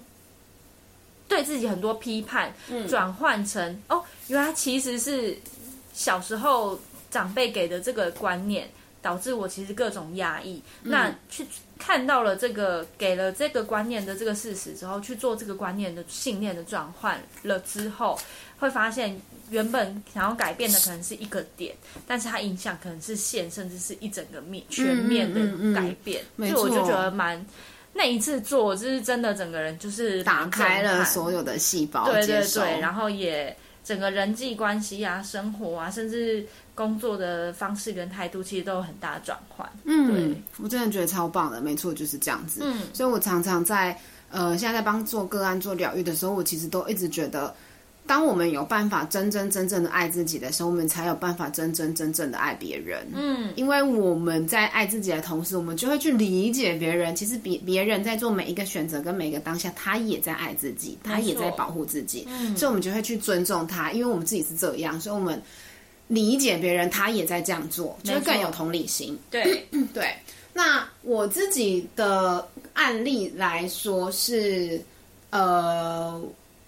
Speaker 2: 对自己很多批判，
Speaker 1: 嗯
Speaker 2: 转换成哦，原来其实是小时候长辈给的这个观念，导致我其实各种压抑。
Speaker 1: 嗯
Speaker 2: 那去看到了这个，给了这个观念的这个事实之后，去做这个观念的信念的转换了之后，会发现原本想要改变的可能是一个点，但是它影响可能是线，甚至是一整个面全面
Speaker 1: 嗯嗯嗯
Speaker 2: 的改变。
Speaker 1: 没
Speaker 2: 所以我就
Speaker 1: 错
Speaker 2: 觉得蛮。那一次做，就是真的整个人就是
Speaker 1: 打开
Speaker 2: 蛮震
Speaker 1: 了
Speaker 2: 撼
Speaker 1: 所有的细胞，
Speaker 2: 对
Speaker 1: 接
Speaker 2: 对
Speaker 1: 受
Speaker 2: 对，然后也整个人际关系啊、生活啊，甚至工作的方式跟态度，其实都有很大的转换。
Speaker 1: 嗯
Speaker 2: 对，
Speaker 1: 我真的觉得超棒的，没错，就是这样子。
Speaker 2: 嗯
Speaker 1: 所以我常常在呃，现在在帮做个案做疗愈的时候，我其实都一直觉得，当我们有办法真真真正的爱自己的时候，我们才有办法真真真正的爱别人。
Speaker 2: 嗯，
Speaker 1: 因为我们在爱自己的同时，我们就会去理解别人。其实别别人在做每一个选择跟每一个当下，他也在爱自己，他也在保护自己，
Speaker 2: 嗯
Speaker 1: 所以我们就会去尊重他，因为我们自己是这样，所以我们理解别人，他也在这样做，就会
Speaker 2: 没错
Speaker 1: 更有同理心。
Speaker 2: 对，
Speaker 1: 对，那我自己的案例来说是，呃，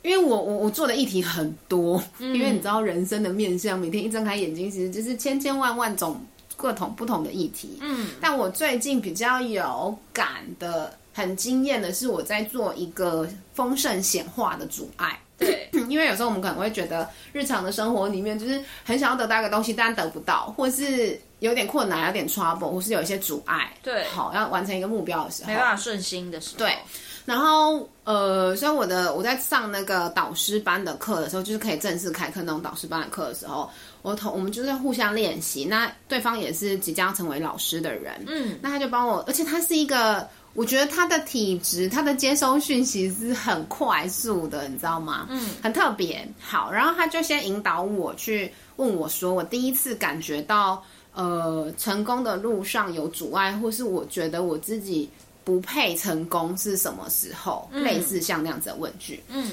Speaker 1: 因为我我我做的议题很多，
Speaker 2: 嗯
Speaker 1: 因为你知道人生的面向，每天一睁开眼睛，其实就是千千万万种各种不同的议题。
Speaker 2: 嗯
Speaker 1: 但我最近比较有感的、很惊艳的是，我在做一个丰盛显化的阻碍。
Speaker 2: 对，
Speaker 1: 因为有时候我们可能会觉得日常的生活里面就是很想要得到一个东西，但得不到，或是有点困难、有点 trouble，或是有一些阻碍，
Speaker 2: 对
Speaker 1: 好要完成一个目标的时候
Speaker 2: 没，办法顺心的时候，
Speaker 1: 对然后呃，所以我的我在上那个导师班的课的时候，就是可以正式开课那种导师班的课的时候，我同我们就是互相练习，那对方也是即将成为老师的人，
Speaker 2: 嗯，
Speaker 1: 那他就帮我，而且他是一个，我觉得他的体质，他的接收讯息是很快速的，你知道吗？嗯，很特别。好，然后他就先引导我去问我说，我第一次感觉到，呃，成功的路上有阻碍，或是我觉得我自己不配成功是什么时候？类似像那样子的问句。
Speaker 2: 嗯，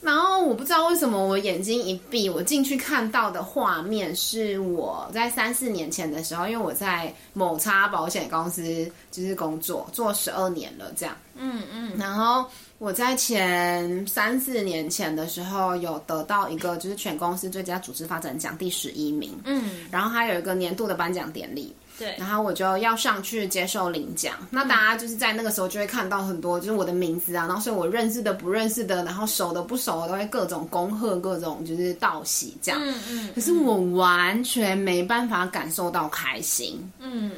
Speaker 1: 然后我不知道为什么我眼睛一闭，我进去看到的画面是我在三四年前的时候，因为我在某差保险公司就是工作，做十二年了这样。
Speaker 2: 嗯嗯
Speaker 1: 然后我在前三四年前的时候，有得到一个就是全公司最佳组织发展奖第十一名，
Speaker 2: 嗯，
Speaker 1: 然后还有一个年度的颁奖典礼。
Speaker 2: 对，
Speaker 1: 然后我就要上去接受领奖。那大家就是在那个时候就会看到很多，就是我的名字啊，然后所以我认识的、不认识的，然后熟的、不熟的，都会各种恭贺、各种就是道喜这样。
Speaker 2: 嗯嗯
Speaker 1: 可是我完全没办法感受到开心，
Speaker 2: 嗯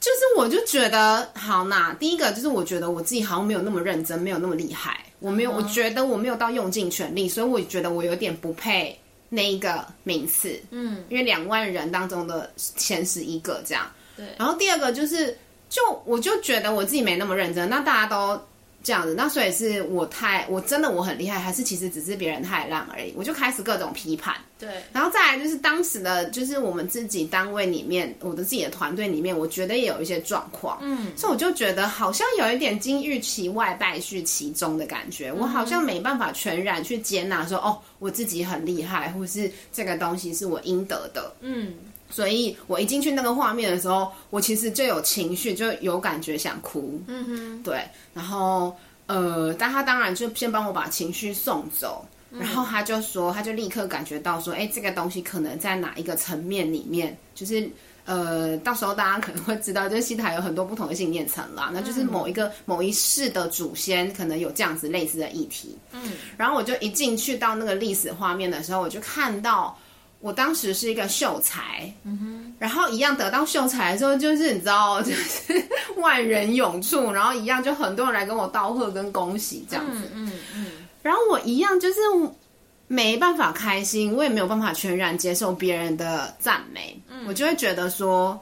Speaker 1: 就是我就觉得好啦，第一个就是我觉得我自己好像没有那么认真，没有那么厉害，我没有，
Speaker 2: 嗯
Speaker 1: 我觉得我没有到用尽全力，所以我觉得我有点不配那一个名次。
Speaker 2: 嗯，
Speaker 1: 因为两万人当中的前十一个这样。
Speaker 2: 对
Speaker 1: 然后第二个就是，就我就觉得我自己没那么认真，那大家都这样子，那所以是我太我真的我很厉害，还是其实只是别人太烂而已？我就开始各种批判。
Speaker 2: 对，
Speaker 1: 然后再来就是当时的，就是我们自己单位里面，我的自己的团队里面，我觉得也有一些状况，
Speaker 2: 嗯，
Speaker 1: 所以我就觉得好像有一点金玉其外，败絮其中的感觉。我好像没办法全然去接纳说，哦，我自己很厉害，或是这个东西是我应得的。
Speaker 2: 嗯
Speaker 1: 所以我一进去那个画面的时候，我其实就有情绪，就有感觉想哭，
Speaker 2: 嗯哼，
Speaker 1: 对，然后呃，但他当然就先帮我把情绪送走，
Speaker 2: 嗯
Speaker 1: 然后他就说，他就立刻感觉到说，哎、这个东西可能在哪一个层面里面，就是。呃，到时候大家可能会知道，就是西塔有很多不同的信念层啦，
Speaker 2: 嗯
Speaker 1: 那就是某一个、某一世的祖先可能有这样子类似的议题。
Speaker 2: 嗯
Speaker 1: 然后我就一进去到那个历史画面的时候，我就看到我当时是一个秀才，嗯哼，然后一样得到秀才的时候，就是你知道， 就是万人涌簇，然后一样就很多人来跟我道贺跟恭喜这样子，
Speaker 2: 嗯嗯嗯，
Speaker 1: 然后我一样就是没办法开心，我也没有办法全然接受别人的赞美，
Speaker 2: 嗯
Speaker 1: 我就会觉得说，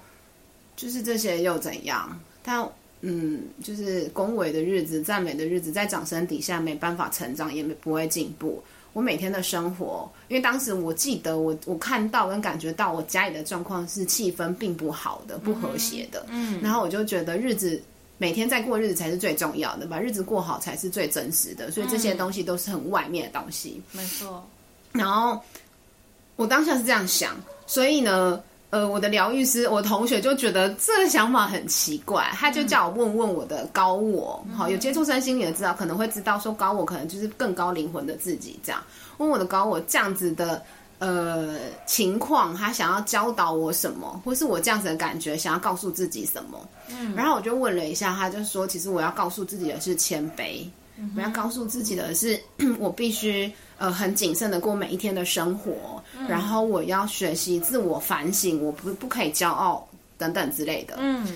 Speaker 1: 就是这些又怎样？但嗯，就是恭维的日子、赞美的日子，在掌声底下没办法成长，也没不会进步。我每天的生活，因为当时我记得我我看到跟感觉到我家里的状况是气氛并不好的、不和谐的，嗯，然后我就觉得日子每天在过日子才是最重要的，把日子过好才是最真实的，所以这些东西都是很外面的东西。
Speaker 2: 没错，
Speaker 1: 然后我当下是这样想，所以呢，呃，我的疗愈师，我同学就觉得这个想法很奇怪，他就叫我问问我的高我，好，有接触身心灵的知道，可能会知道说高我可能就是更高灵魂的自己这样，问我的高我这样子的呃情况，他想要教导我什么，或是我这样子的感觉想要告诉自己什么。嗯，然后我就问了一下，他就说，其实我要告诉自己的是谦卑，我要告诉自己的是，我必须呃很谨慎的过每一天的生活，然后我要学习自我反省，我不不可以骄傲等等之类的。
Speaker 2: 嗯，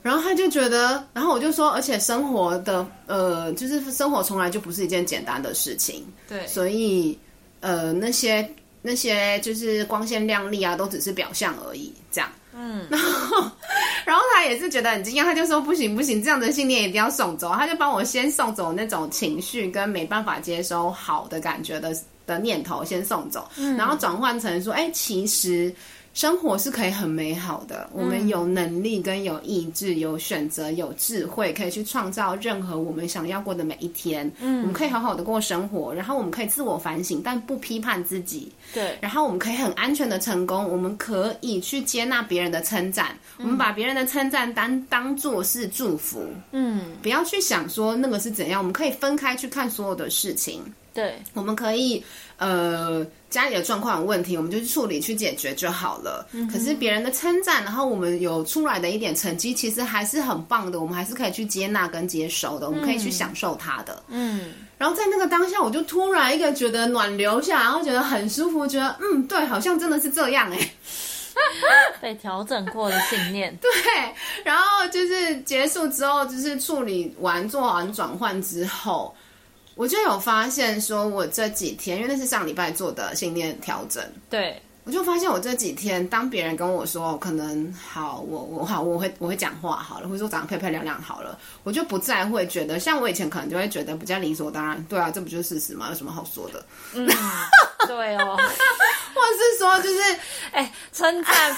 Speaker 1: 然后他就觉得，然后我就说，而且生活的呃，就是生活从来就不是一件简单的事情，
Speaker 2: 对，
Speaker 1: 所以呃，那些那些就是光鲜亮丽啊，都只是表象而已，这样。
Speaker 2: 嗯，
Speaker 1: 然后，然后他也是觉得很惊讶，他就说不行不行，这样的信念一定要送走。他就帮我先送走那种情绪跟没办法接收好的感觉的的念头，先送走，
Speaker 2: 嗯
Speaker 1: 然后转换成说，哎，其实生活是可以很美好的，我
Speaker 2: 嗯
Speaker 1: 们有能力跟有意志、有选择、有智慧，可以去创造任何我们想要过的每一天。嗯，我们可以好好的过生活，然后我们可以自我反省，但不批判自己。
Speaker 2: 对，
Speaker 1: 然后我们可以很安全的成功，我们可以去接纳别人的称赞，我们把别人的称赞当当做是祝福，
Speaker 2: 嗯，
Speaker 1: 不要去想说那个是怎样，我们可以分开去看所有的事情，
Speaker 2: 对，
Speaker 1: 我们可以呃家里的状况有问题，我们就去处理去解决就好了。可是别人的称赞，然后我们有出来的一点成绩，其实还是很棒的，我们还是可以去接纳跟接收的，我们可以去享受它的。
Speaker 2: 嗯，
Speaker 1: 然后在那个当下，我就突然一个觉得暖流下，然后觉得很舒服，觉得嗯，对，好像真的是这样哎、
Speaker 2: 被调整过的信念，
Speaker 1: 对。然后就是结束之后，就是处理完、做完转换之后，我就有发现说，我这几天因为那是上礼拜做的信念调整，
Speaker 2: 对，
Speaker 1: 我就发现我这几天，当别人跟我说可能好，我我好，我会我会讲话好了，或者说长得漂漂亮亮好了，我就不再会觉得，像我以前可能就会觉得比较理所当然，对啊，这不就是事实吗？有什么好说的？
Speaker 2: 嗯，对哦，
Speaker 1: 或者是说，就是
Speaker 2: 哎、称 赞。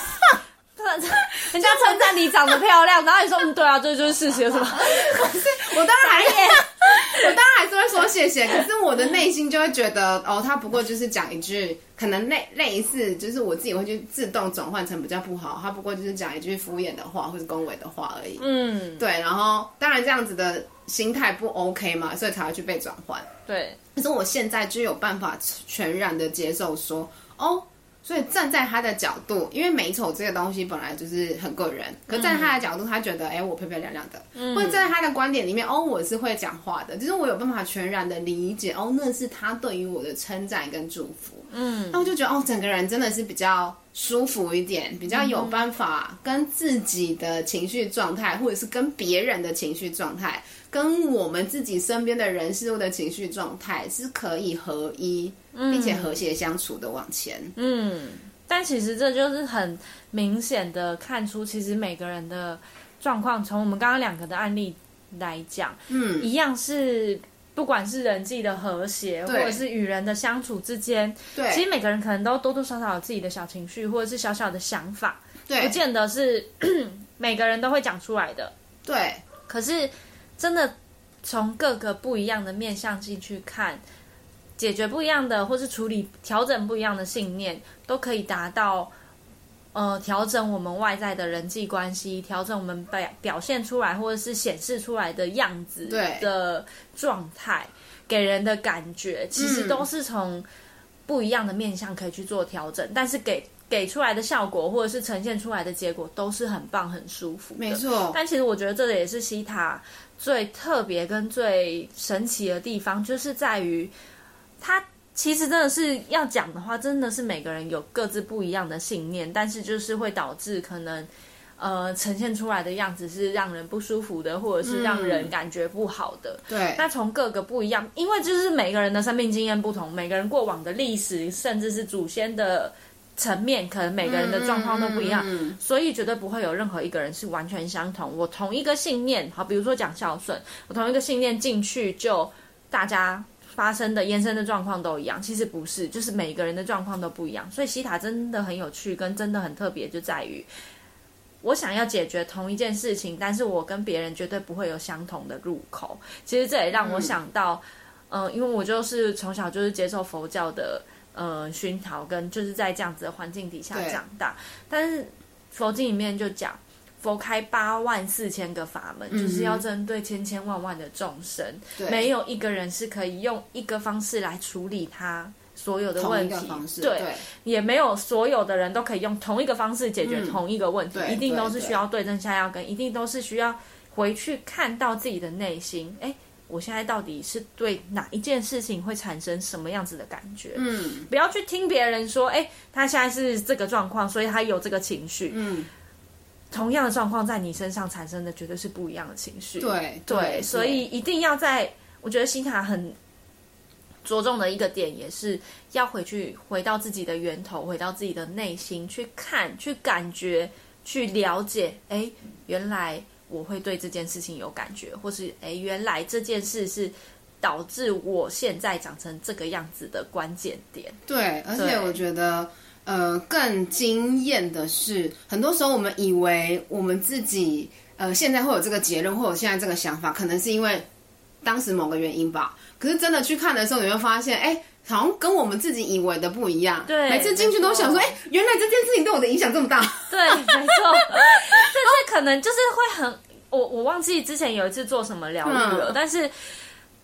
Speaker 2: 人家称赞你长得漂亮，然后你说嗯对啊，这就是事实，有什么？
Speaker 1: 我当然还，我当然还是会说谢谢，可是我的内心就会觉得，哦，他不过就是讲一句，可能类类似，就是我自己会去自动转换成比较不好，他不过就是讲一句敷衍的话或是恭维的话而已。
Speaker 2: 嗯，
Speaker 1: 对，然后当然这样子的心态不 OK 嘛，所以才会去被转换。
Speaker 2: 对，
Speaker 1: 可是我现在就有办法全然的接受说，哦，所以站在他的角度，因为美丑这个东西本来就是很个人，可站在他的角度，他觉得，哎、我漂漂亮亮的，或者站在他的观点里面，哦，我是会讲话的，就是我有办法全然的理解，哦，那是他对于我的称赞跟祝福，
Speaker 2: 嗯，
Speaker 1: 那我就觉得，哦，整个人真的是比较。舒服一点，比较有办法跟自己的情绪状态，或者是跟别人的情绪状态，跟我们自己身边的人事物的情绪状态是可以合一，并且和谐相处的往前。
Speaker 2: 嗯，但其实这就是很明显的看出，其实每个人的状况，从我们刚刚两个的案例来讲，
Speaker 1: 嗯，
Speaker 2: 一样是不管是人际的和谐，或
Speaker 1: 对
Speaker 2: 者是与人的相处之间，
Speaker 1: 对，
Speaker 2: 其实每个人可能都多多少少有自己的小情绪，或者是小小的想法，不
Speaker 1: 对
Speaker 2: 见得是 每个人都会讲出来的。
Speaker 1: 对
Speaker 2: 可是真的从各个不一样的面向进去看，解决不一样的，或是处理调整不一样的信念，都可以达到。呃，调整我们外在的人际关系，调整我们表表现出来或者是显示出来的样子
Speaker 1: 对
Speaker 2: 的状态，给人的感觉，其实
Speaker 1: 嗯
Speaker 2: 都是从不一样的面向可以去做调整，但是给给出来的效果或者是呈现出来的结果都是很棒、很舒服的。
Speaker 1: 没错，
Speaker 2: 但其实我觉得这也是西塔最特别跟最神奇的地方，就是在于它其实真的是要讲的话，真的是每个人有各自不一样的信念，但是就是会导致可能呃呈现出来的样子是让人不舒服的，或者是让人感觉不好的。
Speaker 1: 对
Speaker 2: 那从各个不一样，因为就是每个人的生命经验不同，每个人过往的历史，甚至是祖先的层面，可能每个人的状况都不一样，
Speaker 1: 嗯嗯嗯
Speaker 2: 所以绝对不会有任何一个人是完全相同。我同一个信念，好，比如说讲孝顺，我同一个信念进去就大家。发生的延伸的状况都一样，其实不是，就是每个人的状况都不一样，所以西塔真的很有趣，跟真的很特别，就在于我想要解决同一件事情，但是我跟别人绝对不会有相同的入口。其实这也让我想到，嗯、呃，因为我就是从小就是接受佛教的呃熏陶，跟就是在这样子的环境底下
Speaker 1: 对
Speaker 2: 长大。但是佛经里面就讲，佛开八万四千个法门，
Speaker 1: 嗯
Speaker 2: 就是要针对千千万万的众生，
Speaker 1: 对，
Speaker 2: 没有一个人是可以用一个方式来处理他所有的
Speaker 1: 同
Speaker 2: 问
Speaker 1: 一
Speaker 2: 题
Speaker 1: 个方，式，
Speaker 2: 对，
Speaker 1: 对
Speaker 2: 也没有所有的人都可以用同一个方式解决同一个问题，
Speaker 1: 嗯对
Speaker 2: 一定都是
Speaker 1: 对
Speaker 2: 需要对症下药，跟一定都是需要回去看到自己的内心，哎，我现在到底是对哪一件事情会产生什么样子的感觉？
Speaker 1: 嗯
Speaker 2: 不要去听别人说，哎，他现在是这个状况，所以他有这个情绪。
Speaker 1: 嗯，
Speaker 2: 同样的状况在你身上产生的绝对是不一样的情绪。
Speaker 1: 对
Speaker 2: 对，所以一定要在，我觉得心塔很着重的一个点，也是要回去回到自己的源头，回到自己的内心去看、去感觉、去了解。哎，原来我会对这件事情有感觉，或是哎，原来这件事是导致我现在长成这个样子的关键点。
Speaker 1: 对，而且
Speaker 2: 对
Speaker 1: 我觉得，呃，更惊艳的是，很多时候我们以为我们自己，呃，现在会有这个结论，或者现在这个想法，可能是因为当时某个原因吧。可是真的去看的时候，你会发现，哎、好像跟我们自己以为的不一样。
Speaker 2: 对
Speaker 1: 每次进去都想说，
Speaker 2: 没
Speaker 1: 哎、
Speaker 2: 错
Speaker 1: 原来这件事情对我的影响这么大。
Speaker 2: 对，没 错，就是可能就是会很，我我忘记之前有一次做什么疗愈了，
Speaker 1: 嗯
Speaker 2: 但是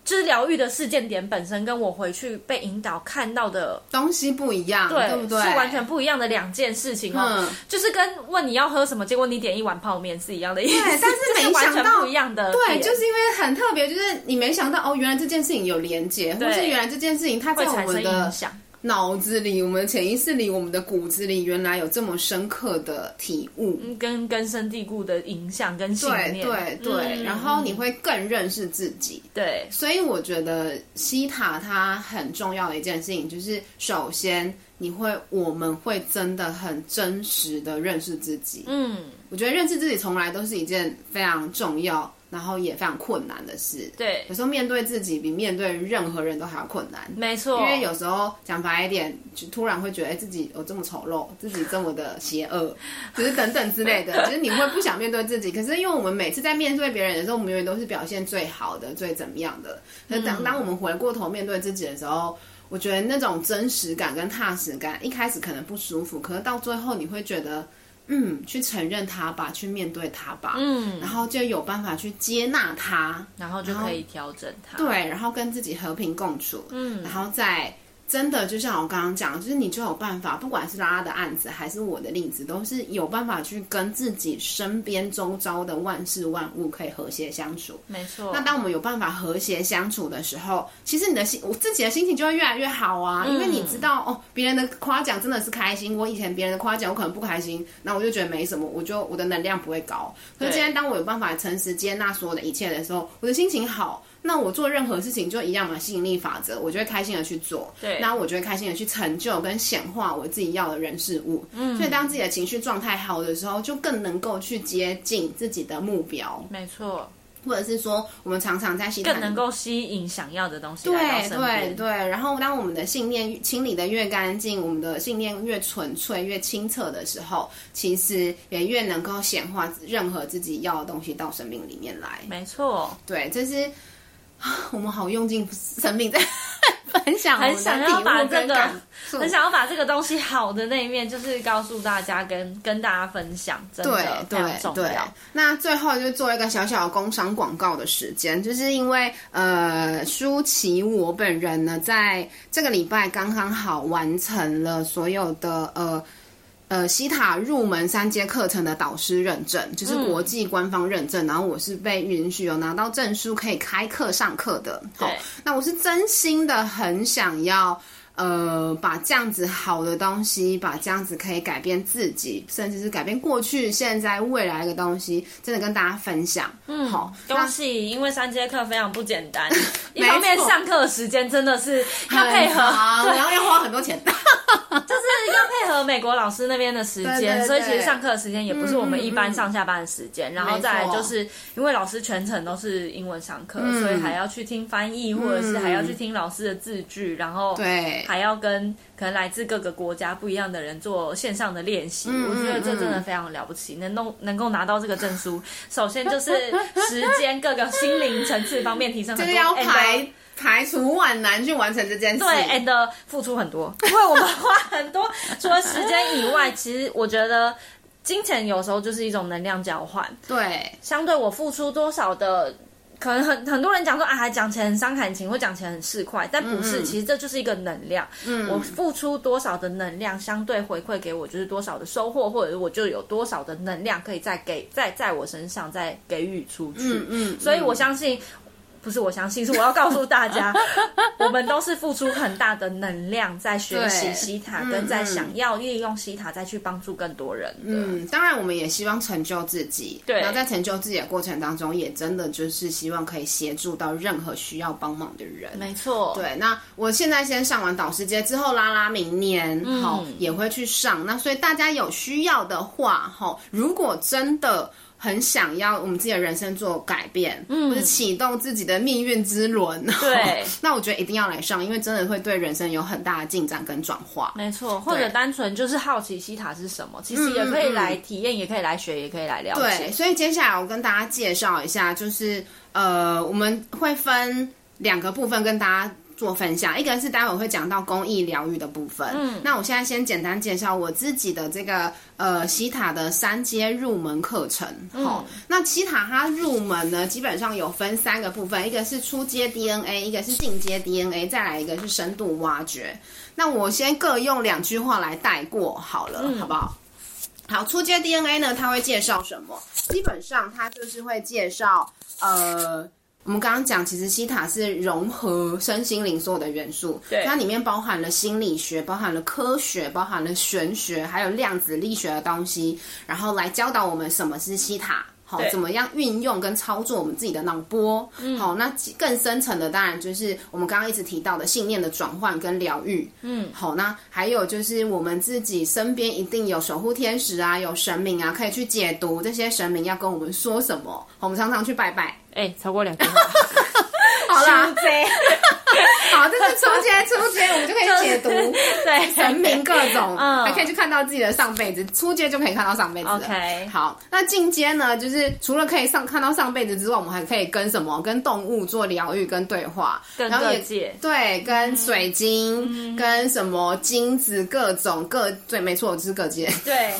Speaker 2: 就是疗愈的事件点本身跟我回去被引导看到的，
Speaker 1: 东西不一样，
Speaker 2: 对，
Speaker 1: 对不对？
Speaker 2: 是完全不一样的两件事情哦。
Speaker 1: 嗯
Speaker 2: 就是跟问你要喝什么，结果你点一碗泡面是一样的意思，
Speaker 1: 对但是
Speaker 2: 就
Speaker 1: 没
Speaker 2: 完
Speaker 1: 想
Speaker 2: 全
Speaker 1: 到
Speaker 2: 不一样的
Speaker 1: 对，
Speaker 2: 点
Speaker 1: 就是因为很特别，就是你没想到哦，原来这件事情有连接，或是
Speaker 2: 对
Speaker 1: 原来这件事情它在
Speaker 2: 会
Speaker 1: 我
Speaker 2: 产生
Speaker 1: 们的
Speaker 2: 影响。
Speaker 1: 脑子里、我们的潜意识里、我们的骨子里，原来有这么深刻的体悟。
Speaker 2: 嗯跟根深蒂固的影响跟信
Speaker 1: 对
Speaker 2: 念，
Speaker 1: 对对，
Speaker 2: 嗯
Speaker 1: 然后你会更认识自己。
Speaker 2: 对
Speaker 1: 所以我觉得西塔它很重要的一件事情，就是首先你会，我们会真的很真实的认识自己。
Speaker 2: 嗯
Speaker 1: 我觉得认识自己从来都是一件非常重要，然后也非常困难的事。
Speaker 2: 对，
Speaker 1: 有时候面对自己比面对任何人都还要困难。
Speaker 2: 没错，
Speaker 1: 因为有时候讲白一点，就突然会觉得哎自己有这么丑陋，自己这么的邪恶， 只是等等之类 的，就是你会不想面对自己。可是因为我们每次在面对别人的时候，我们永远都是表现最好的、最怎么样的。可是
Speaker 2: 嗯
Speaker 1: 当当我们回过头面对自己的时候，我觉得那种真实感跟踏实感，一开始可能不舒服，可是到最后你会觉得，嗯，去承认它吧，去面对它吧，
Speaker 2: 嗯，
Speaker 1: 然后就有办法去接纳它，
Speaker 2: 然后就可以调整它。
Speaker 1: 对，然后跟自己和平共处，嗯，然后再真的就像我刚刚讲，就是你就有办法，不管是拉拉的案子还是我的例子，都是有办法去跟自己身边周遭的万事万物可以和谐相处。
Speaker 2: 没错，
Speaker 1: 那当我们有办法和谐相处的时候，其实你的心，我自己的心情就会越来越好啊，
Speaker 2: 嗯
Speaker 1: 因为你知道哦，别人的夸奖真的是开心。我以前别人的夸奖，我可能不开心，那我就觉得没什么，我就我的能量不会高。可是
Speaker 2: 对
Speaker 1: 今天当我有办法诚实接纳所有的一切的时候，我的心情好，那我做任何事情就一样嘛，吸引力法则，我就会开心的去做。
Speaker 2: 对
Speaker 1: 那我就会开心的去成就跟显化我自己要的人事物。嗯，所以当自己的情绪状态好的时候，就更能够去接近自己的目标。
Speaker 2: 没错，
Speaker 1: 或者是说，我们常常在心态
Speaker 2: 更能够吸引想要的东西来
Speaker 1: 对
Speaker 2: 到身
Speaker 1: 对
Speaker 2: 边。
Speaker 1: 对，然后当我们的信念清理的越干净，我们的信念越纯粹、越清澈的时候，其实也越能够显化任何自己要的东西到生命里面来。
Speaker 2: 没错，
Speaker 1: 对，这是啊我们好用尽生命在 分享我
Speaker 2: 很
Speaker 1: 们的
Speaker 2: 想
Speaker 1: 体
Speaker 2: 要把
Speaker 1: 悟
Speaker 2: 这
Speaker 1: 跟
Speaker 2: 个
Speaker 1: 感受，
Speaker 2: 很想要把这个东西好的那一面，就是告诉大家跟跟大家分享，真
Speaker 1: 对
Speaker 2: 的非常
Speaker 1: 对
Speaker 2: 重
Speaker 1: 对
Speaker 2: 要。，
Speaker 1: 那最后就做一个小小的工商广告的时间，就是因为呃，舒淇我本人呢，在这个礼拜刚刚好完成了所有的呃。呃，西塔入门三阶课程的导师认证，就是
Speaker 2: 嗯
Speaker 1: 国际官方认证，然后我是被允许有拿到证书，可以开课上课的。好
Speaker 2: 对，
Speaker 1: 那我是真心的很想要。呃，把这样子好的东西，把这样子可以改变自己，甚至是改变过去、现在、未来的东西，真的跟大家分享。嗯，好，
Speaker 2: 恭
Speaker 1: 那
Speaker 2: 喜，因为三节课非常不简单，一
Speaker 1: 没
Speaker 2: 方面
Speaker 1: 错
Speaker 2: 上课的时间真的是要
Speaker 1: 很
Speaker 2: 配合，
Speaker 1: 长
Speaker 2: 对
Speaker 1: 然后要花很多 钱。
Speaker 2: 就是 要配合美国老师那边的时
Speaker 1: 对对嗯对
Speaker 2: 间，所以其实上课的时间也不是我们一般上下班的时间。然后再来就是因为老师全程都是英文上课，
Speaker 1: 嗯
Speaker 2: 所以还要去听翻译，或者是还要去听老师的字句，然后
Speaker 1: 对
Speaker 2: 还要跟可能来自各个国家不一样的人做线上的练习。
Speaker 1: 嗯
Speaker 2: 我觉得这真的非常了不起，能弄能够拿到这个证书，首先就是时间各个心灵层次方面提升
Speaker 1: 就
Speaker 2: 很
Speaker 1: 是
Speaker 2: 多，
Speaker 1: 要
Speaker 2: and
Speaker 1: 排排除万难去完成这件事。
Speaker 2: 对，and 哎付出很多，因为我们花很多，除了时间以外，其实我觉得金钱有时候就是一种能量交换。
Speaker 1: 对
Speaker 2: 相对我付出多少的可能很很多人讲说啊，讲钱很伤感情，或讲钱很市侩，但不是，
Speaker 1: 嗯嗯
Speaker 2: 其实这就是一个能量。嗯，我付出多少的能量，相对回馈给我就是多少的收获，或者我就有多少的能量可以再给在在我身上再给予出去。
Speaker 1: 嗯嗯，
Speaker 2: 所以我相信，不是我相信，是我要告诉大家， 我们都是付出很大的能量在学习
Speaker 1: 对
Speaker 2: 西塔，
Speaker 1: 嗯
Speaker 2: 跟在
Speaker 1: 嗯
Speaker 2: 想要利用西塔再去帮助更多人的。
Speaker 1: 嗯，当然，我们也希望成就自己。
Speaker 2: 对
Speaker 1: 然后在成就自己的过程当中，也真的就是希望可以协助到任何需要帮忙的人。
Speaker 2: 没错，
Speaker 1: 对，那我现在先上完导师节之后，拉拉明年
Speaker 2: 嗯
Speaker 1: 好、也会去上。那所以大家有需要的话，哈，如果真的很想要我们自己的人生做改变，嗯，或是启动自己的命运之轮，
Speaker 2: 对
Speaker 1: 那我觉得一定要来上，因为真的会对人生有很大的进展跟转化。
Speaker 2: 没错，或者单纯就是好奇西塔是什么，其实也可以来体验，也可以来学，也可以来了
Speaker 1: 嗯对，
Speaker 2: 解。
Speaker 1: 所以接下来我跟大家介绍一下，就是呃，我们会分两个部分跟大家。做分享，一个是待会会讲到公益疗愈的部分。嗯，那我现在先简单介绍我自己的这个呃西塔的三阶入门课程。
Speaker 2: 嗯
Speaker 1: 哦、那西塔它入门呢，基本上有分三个部分，一个是初阶 DNA，一个是进阶 DNA，再来一个是深度挖掘。那我先各用两句话来带过好了，
Speaker 2: 嗯
Speaker 1: 好不好？好，初阶 DNA 呢，它会介绍什么？基本上它就是会介绍，呃，我们刚刚讲，其实西塔是融合身心灵所有的元素，
Speaker 2: 对
Speaker 1: 它里面包含了心理学，包含了科学，包含了玄学，还有量子力学的东西，然后来教导我们什么是西塔。好
Speaker 2: 对，嗯
Speaker 1: 怎么样运用跟操作我们自己的脑波？好，那更深层的当然就是我们刚刚一直提到的信念的转换跟疗愈。
Speaker 2: 嗯
Speaker 1: 好，那还有就是我们自己身边一定有守护天使啊，有神明啊，可以去解读这些神明要跟我们说什么。我们常常去拜拜。
Speaker 2: 哎、超过两个，
Speaker 1: 好 啦，
Speaker 2: 对
Speaker 1: 好，这是初阶，初阶我们就可以解读
Speaker 2: 对，
Speaker 1: 神明各种，
Speaker 2: 嗯
Speaker 1: 还可以去看到自己的上辈子。初阶就可以看到上辈子了。
Speaker 2: OK
Speaker 1: 好，那进阶呢，就是除了可以上看到上辈子之外，我们还可以跟什么？跟动物做疗愈跟对话，
Speaker 2: 跟
Speaker 1: 然后
Speaker 2: 各
Speaker 1: 也
Speaker 2: 界嗯
Speaker 1: 对，跟水晶、跟什么金子各种各对，没错，就是各界。
Speaker 2: 对，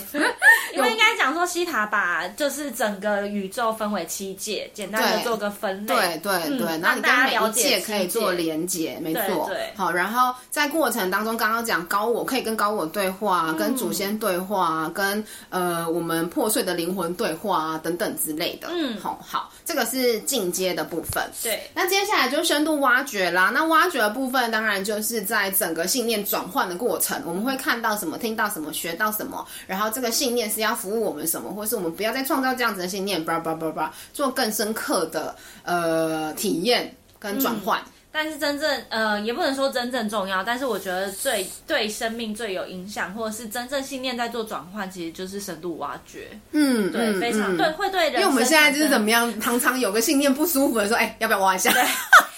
Speaker 2: 因为应该讲说西塔把就是整个宇宙分为七界，简单的
Speaker 1: 对
Speaker 2: 做个分类。
Speaker 1: 对对对，
Speaker 2: 嗯
Speaker 1: 然后你
Speaker 2: 让大家
Speaker 1: 跟每
Speaker 2: 了
Speaker 1: 一
Speaker 2: 解
Speaker 1: 届
Speaker 2: 世
Speaker 1: 可以做
Speaker 2: 界
Speaker 1: 连接，没
Speaker 2: 对
Speaker 1: 错
Speaker 2: 对。
Speaker 1: 好，然后在过程当中，刚刚讲高我可以跟高我对话啊，跟祖先对话啊，跟呃我们破碎的灵魂对话啊，等等之类的。
Speaker 2: 嗯
Speaker 1: 好好，这个是进阶的部分。
Speaker 2: 对
Speaker 1: 那接下来就深度挖掘啦。那挖掘的部分，当然就是在整个信念转换的过程，我们会看到什么，听到什么，学到什么，然后这个信念是要服务我们什么，或是我们不要再创造这样子的信念，叭叭叭叭，做更深刻的呃体验跟转换。
Speaker 2: 嗯但是真正呃，也不能说真正重要，但是我觉得最对生命最有影响，或者是真正信念在做转换，其实就是深度挖掘。
Speaker 1: 嗯，
Speaker 2: 对，
Speaker 1: 嗯
Speaker 2: 非
Speaker 1: 嗯
Speaker 2: 常、对，会对人。因
Speaker 1: 因为我们现在就是怎么样，常常有个信念不舒服的时候，哎、要不要挖一下？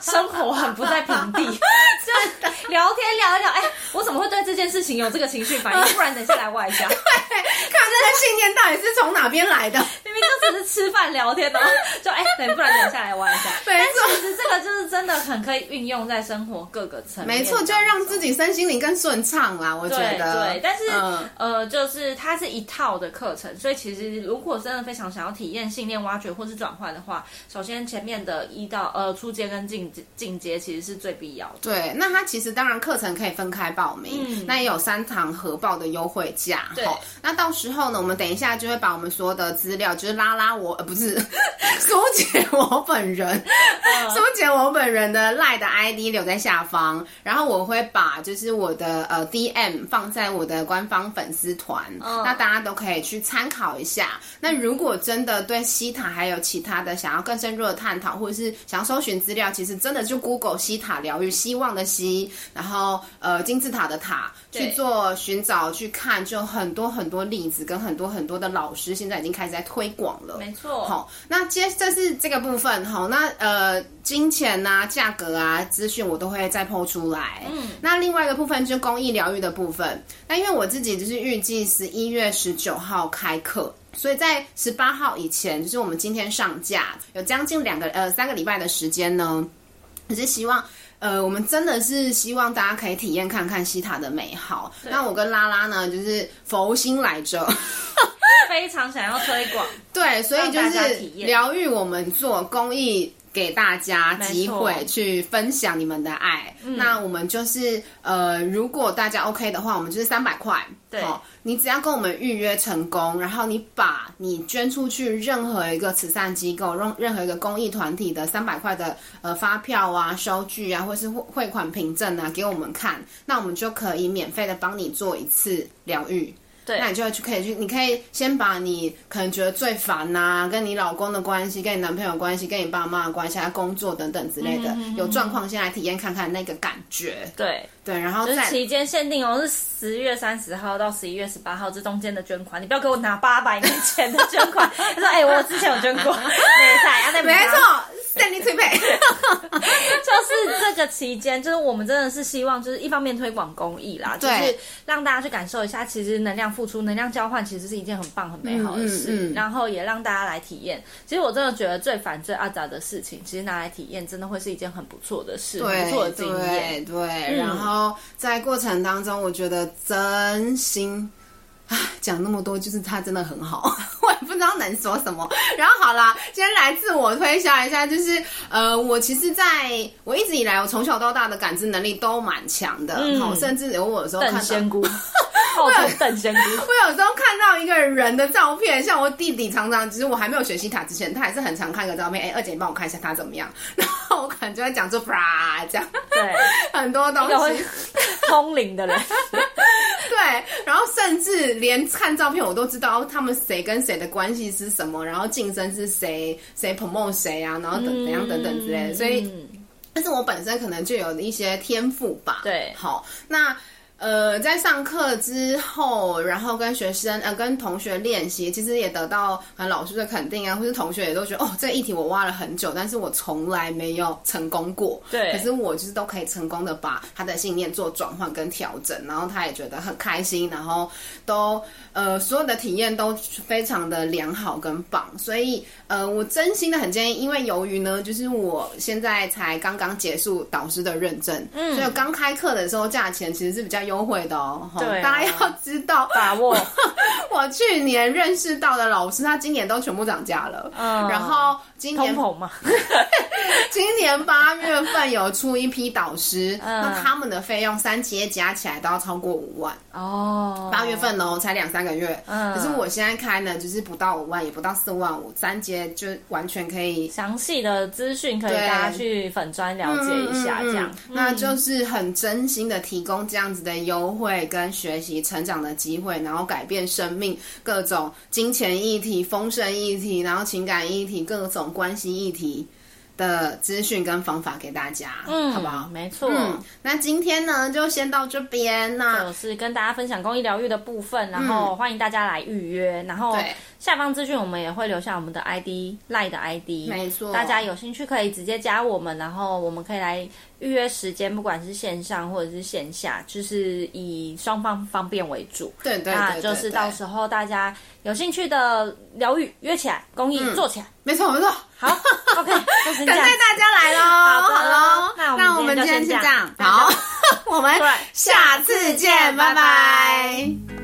Speaker 2: 生活很不在平地，就聊天聊一聊，哎、我怎么会对这件事情有这个情绪反 应？不然等一下来挖一下，
Speaker 1: 看这个信念到底是从哪边 来的？
Speaker 2: 明明就只是吃饭聊天，然后就哎、等不然等一下来挖一下。
Speaker 1: 没
Speaker 2: 但
Speaker 1: 错。
Speaker 2: 其实这个就是真的很可以运用在生活各个层面，
Speaker 1: 没错，就要让自己身心灵更顺畅啦，我觉
Speaker 2: 对
Speaker 1: 得。
Speaker 2: 对，但是、
Speaker 1: 嗯
Speaker 2: 呃，就是它是一套的课程，所以其实如果真的非常想要体验信念挖掘或是转换的话，首先前面的一到呃初阶跟进阶进阶其实是最必 要的。
Speaker 1: 对，那它其实当然课程可以分开报名，
Speaker 2: 嗯
Speaker 1: 那也有三堂合报的优惠价。
Speaker 2: 对
Speaker 1: 吼那到时候呢，我们等一下就会把我们所有的资料，就是拉拉我，呃，不是 苏姐我本人，苏姐我本人的赖的 ID 留在下方，然后我会把就是我的呃 DM 放在我的官方粉丝团，
Speaker 2: 嗯
Speaker 1: 那大家都可以去参考一下。那如果真的对西塔还有其他的想要更深入的探讨，或者是想要搜寻资料，其实真的就 Google 西塔疗愈，希望的希，然后呃金字塔的塔
Speaker 2: 对
Speaker 1: 去做寻找去看，就很多很多例子跟很多很多的老师现在已经开始在推广了。
Speaker 2: 没错，
Speaker 1: 好，那接这是这个部分，好，那呃，金钱呐、价格啊、资讯我都会再抛出来。嗯，那另外一个部分就是公益疗愈的部分。那因为我自己就是预计十一月十九号开课。所以在十八号以前，就是我们今天上架，有将近两个呃三个礼拜的时间呢，只是希望。呃，我们真的是希望大家可以体验看看西塔的美好。那我跟拉拉呢，就是佛心来着，
Speaker 2: 非常想要推广。
Speaker 1: 对，所以就
Speaker 2: 让大家
Speaker 1: 是
Speaker 2: 体验
Speaker 1: 疗愈我们做公益。给大家机
Speaker 2: 没
Speaker 1: 会
Speaker 2: 错嗯
Speaker 1: 去分享你们的爱，那我们就是呃，如果大家 OK 的话，我们就是三百块。
Speaker 2: 对
Speaker 1: 哦，你只要跟我们预约成功，然后你把你捐出去任何一个慈善机构、任任何一个公益团体的三百块的呃发票啊、收据啊，或是汇汇款凭证啊，给我们看，那我们就可以免费的帮你做一次疗愈。
Speaker 2: 对
Speaker 1: 那你就会去可以去，你可以先把你可能觉得最烦呐、跟你老公的关系、跟你男朋友的关系、跟你爸妈的关系、还有工作等等之类的，
Speaker 2: 嗯
Speaker 1: 有状况先来体验看看那个感觉，
Speaker 2: 对，
Speaker 1: 对，然后
Speaker 2: 就是
Speaker 1: 再。
Speaker 2: 期间限定哦，是十月三十号到十一月十八号这中间的捐款，你不要给我拿八百年前的捐 款。他说：“哎、我之前有捐过，没在啊，那
Speaker 1: 没错，胜利推配。
Speaker 2: 就是这个期间，就是我们真的是希望，就是一方面推广公益啦，就
Speaker 1: 对
Speaker 2: 是让大家去感受一下，其实能量付出、能量交换其实是一件很棒、很美好的事，
Speaker 1: 嗯嗯嗯
Speaker 2: 然后也让大家来体验。其实我真的觉得最烦、最阿杂的事情，其实拿来体验，真的会是一件很不错的事，很
Speaker 1: 对
Speaker 2: 不错的经验。嗯
Speaker 1: 对对、然后在过程当中，我觉得真心。唉讲那么多，就是他真的很好， 我也不知道能说什么。然后好啦，先来自我推销一下，就是呃，我其实在我一直以来，我从小到大的感知能力都蛮强的，
Speaker 2: 嗯
Speaker 1: 好、甚至我有时候看
Speaker 2: 邓
Speaker 1: 到
Speaker 2: 仙姑，澳洲邓仙姑，
Speaker 1: 我有时候看到一个人的照片，像我弟弟常常，其实我还没有学习塔之前，他还是很常看一个照片，哎、二姐你帮我看一下他怎么样， 然后我可能就会讲出啪这样
Speaker 2: 对，
Speaker 1: 很多东
Speaker 2: 一个
Speaker 1: 西
Speaker 2: 会，通灵 的人，
Speaker 1: 对，然后甚至连看照片我都知道他们谁跟谁的关系是什么，然后晋升是谁，谁 promote 谁啊，然后等怎样等等之类的，所以。
Speaker 2: 嗯
Speaker 1: 但是我本身可能就有一些天赋吧。
Speaker 2: 对
Speaker 1: 好，那呃，在上课之后，然后跟学生呃跟同学练习，其实也得到呃老师的肯定啊，或是同学也都觉得哦，这个议题我挖了很久，但是我从来没有成功过。
Speaker 2: 对
Speaker 1: 可是我就是都可以成功的把他的信念做转换跟调整，然后他也觉得很开心，然后都呃所有的体验都非常的良好跟棒，所以呃我真心的很建议，因为由于呢，就是我现在才刚刚结束导师的认证，嗯，所以我刚开课的时候价钱其实是比较优惠的哦，吼
Speaker 2: 对啊
Speaker 1: 大家要知道，
Speaker 2: 把握，
Speaker 1: 我去年认识到的老师，他今年都全部涨价了，
Speaker 2: 嗯
Speaker 1: 然后今
Speaker 2: 通
Speaker 1: 年
Speaker 2: 膨嘛，
Speaker 1: 今年八月份有出一批导师，
Speaker 2: 嗯
Speaker 1: 那他们的费用三节加起来都要超过五万。
Speaker 2: 哦，
Speaker 1: 八月份哦，才两三个月。
Speaker 2: 嗯
Speaker 1: 可是我现在开呢，就是不到五万，也不到四万五，三节就完全可以
Speaker 2: 详细的资讯可以
Speaker 1: 对
Speaker 2: 大家去粉专了解一下，这样
Speaker 1: 嗯嗯。嗯那就是很真心的提供这样子的优惠跟学习成长的机会，然后改变生命各种金钱议题、丰盛议题，然后情感议题、各种关系议题的资讯跟方法给大家，
Speaker 2: 嗯，
Speaker 1: 好不好？
Speaker 2: 没错。
Speaker 1: 嗯，那今天呢就先到这边那。
Speaker 2: 就是跟大家分享公益疗愈的部分，然后欢迎大家来预约，然后
Speaker 1: 对
Speaker 2: 下方资讯我们也会留下我们的 ID 赖的 ID，
Speaker 1: 没错
Speaker 2: 大家有兴趣可以直接加我们，然后我们可以来预约时间，不管是线上或者是线下，就是以双方方便为主。
Speaker 1: 对对
Speaker 2: 那
Speaker 1: 对，
Speaker 2: 就是到时
Speaker 1: 候
Speaker 2: 候大家有兴趣的疗愈约起来，公
Speaker 1: 嗯
Speaker 2: 益做起来。
Speaker 1: 没错没错，
Speaker 2: 好，OK，就
Speaker 1: 等
Speaker 2: 先这
Speaker 1: 待
Speaker 2: 样。
Speaker 1: 大家来喽，
Speaker 2: 好的
Speaker 1: 喽，
Speaker 2: 那
Speaker 1: 那
Speaker 2: 我
Speaker 1: 我
Speaker 2: 们
Speaker 1: 们
Speaker 2: 今
Speaker 1: 今天
Speaker 2: 天 就
Speaker 1: 就这
Speaker 2: 先这样
Speaker 1: 样，好，我们
Speaker 2: 对
Speaker 1: 下次见，拜
Speaker 2: 拜拜
Speaker 1: 拜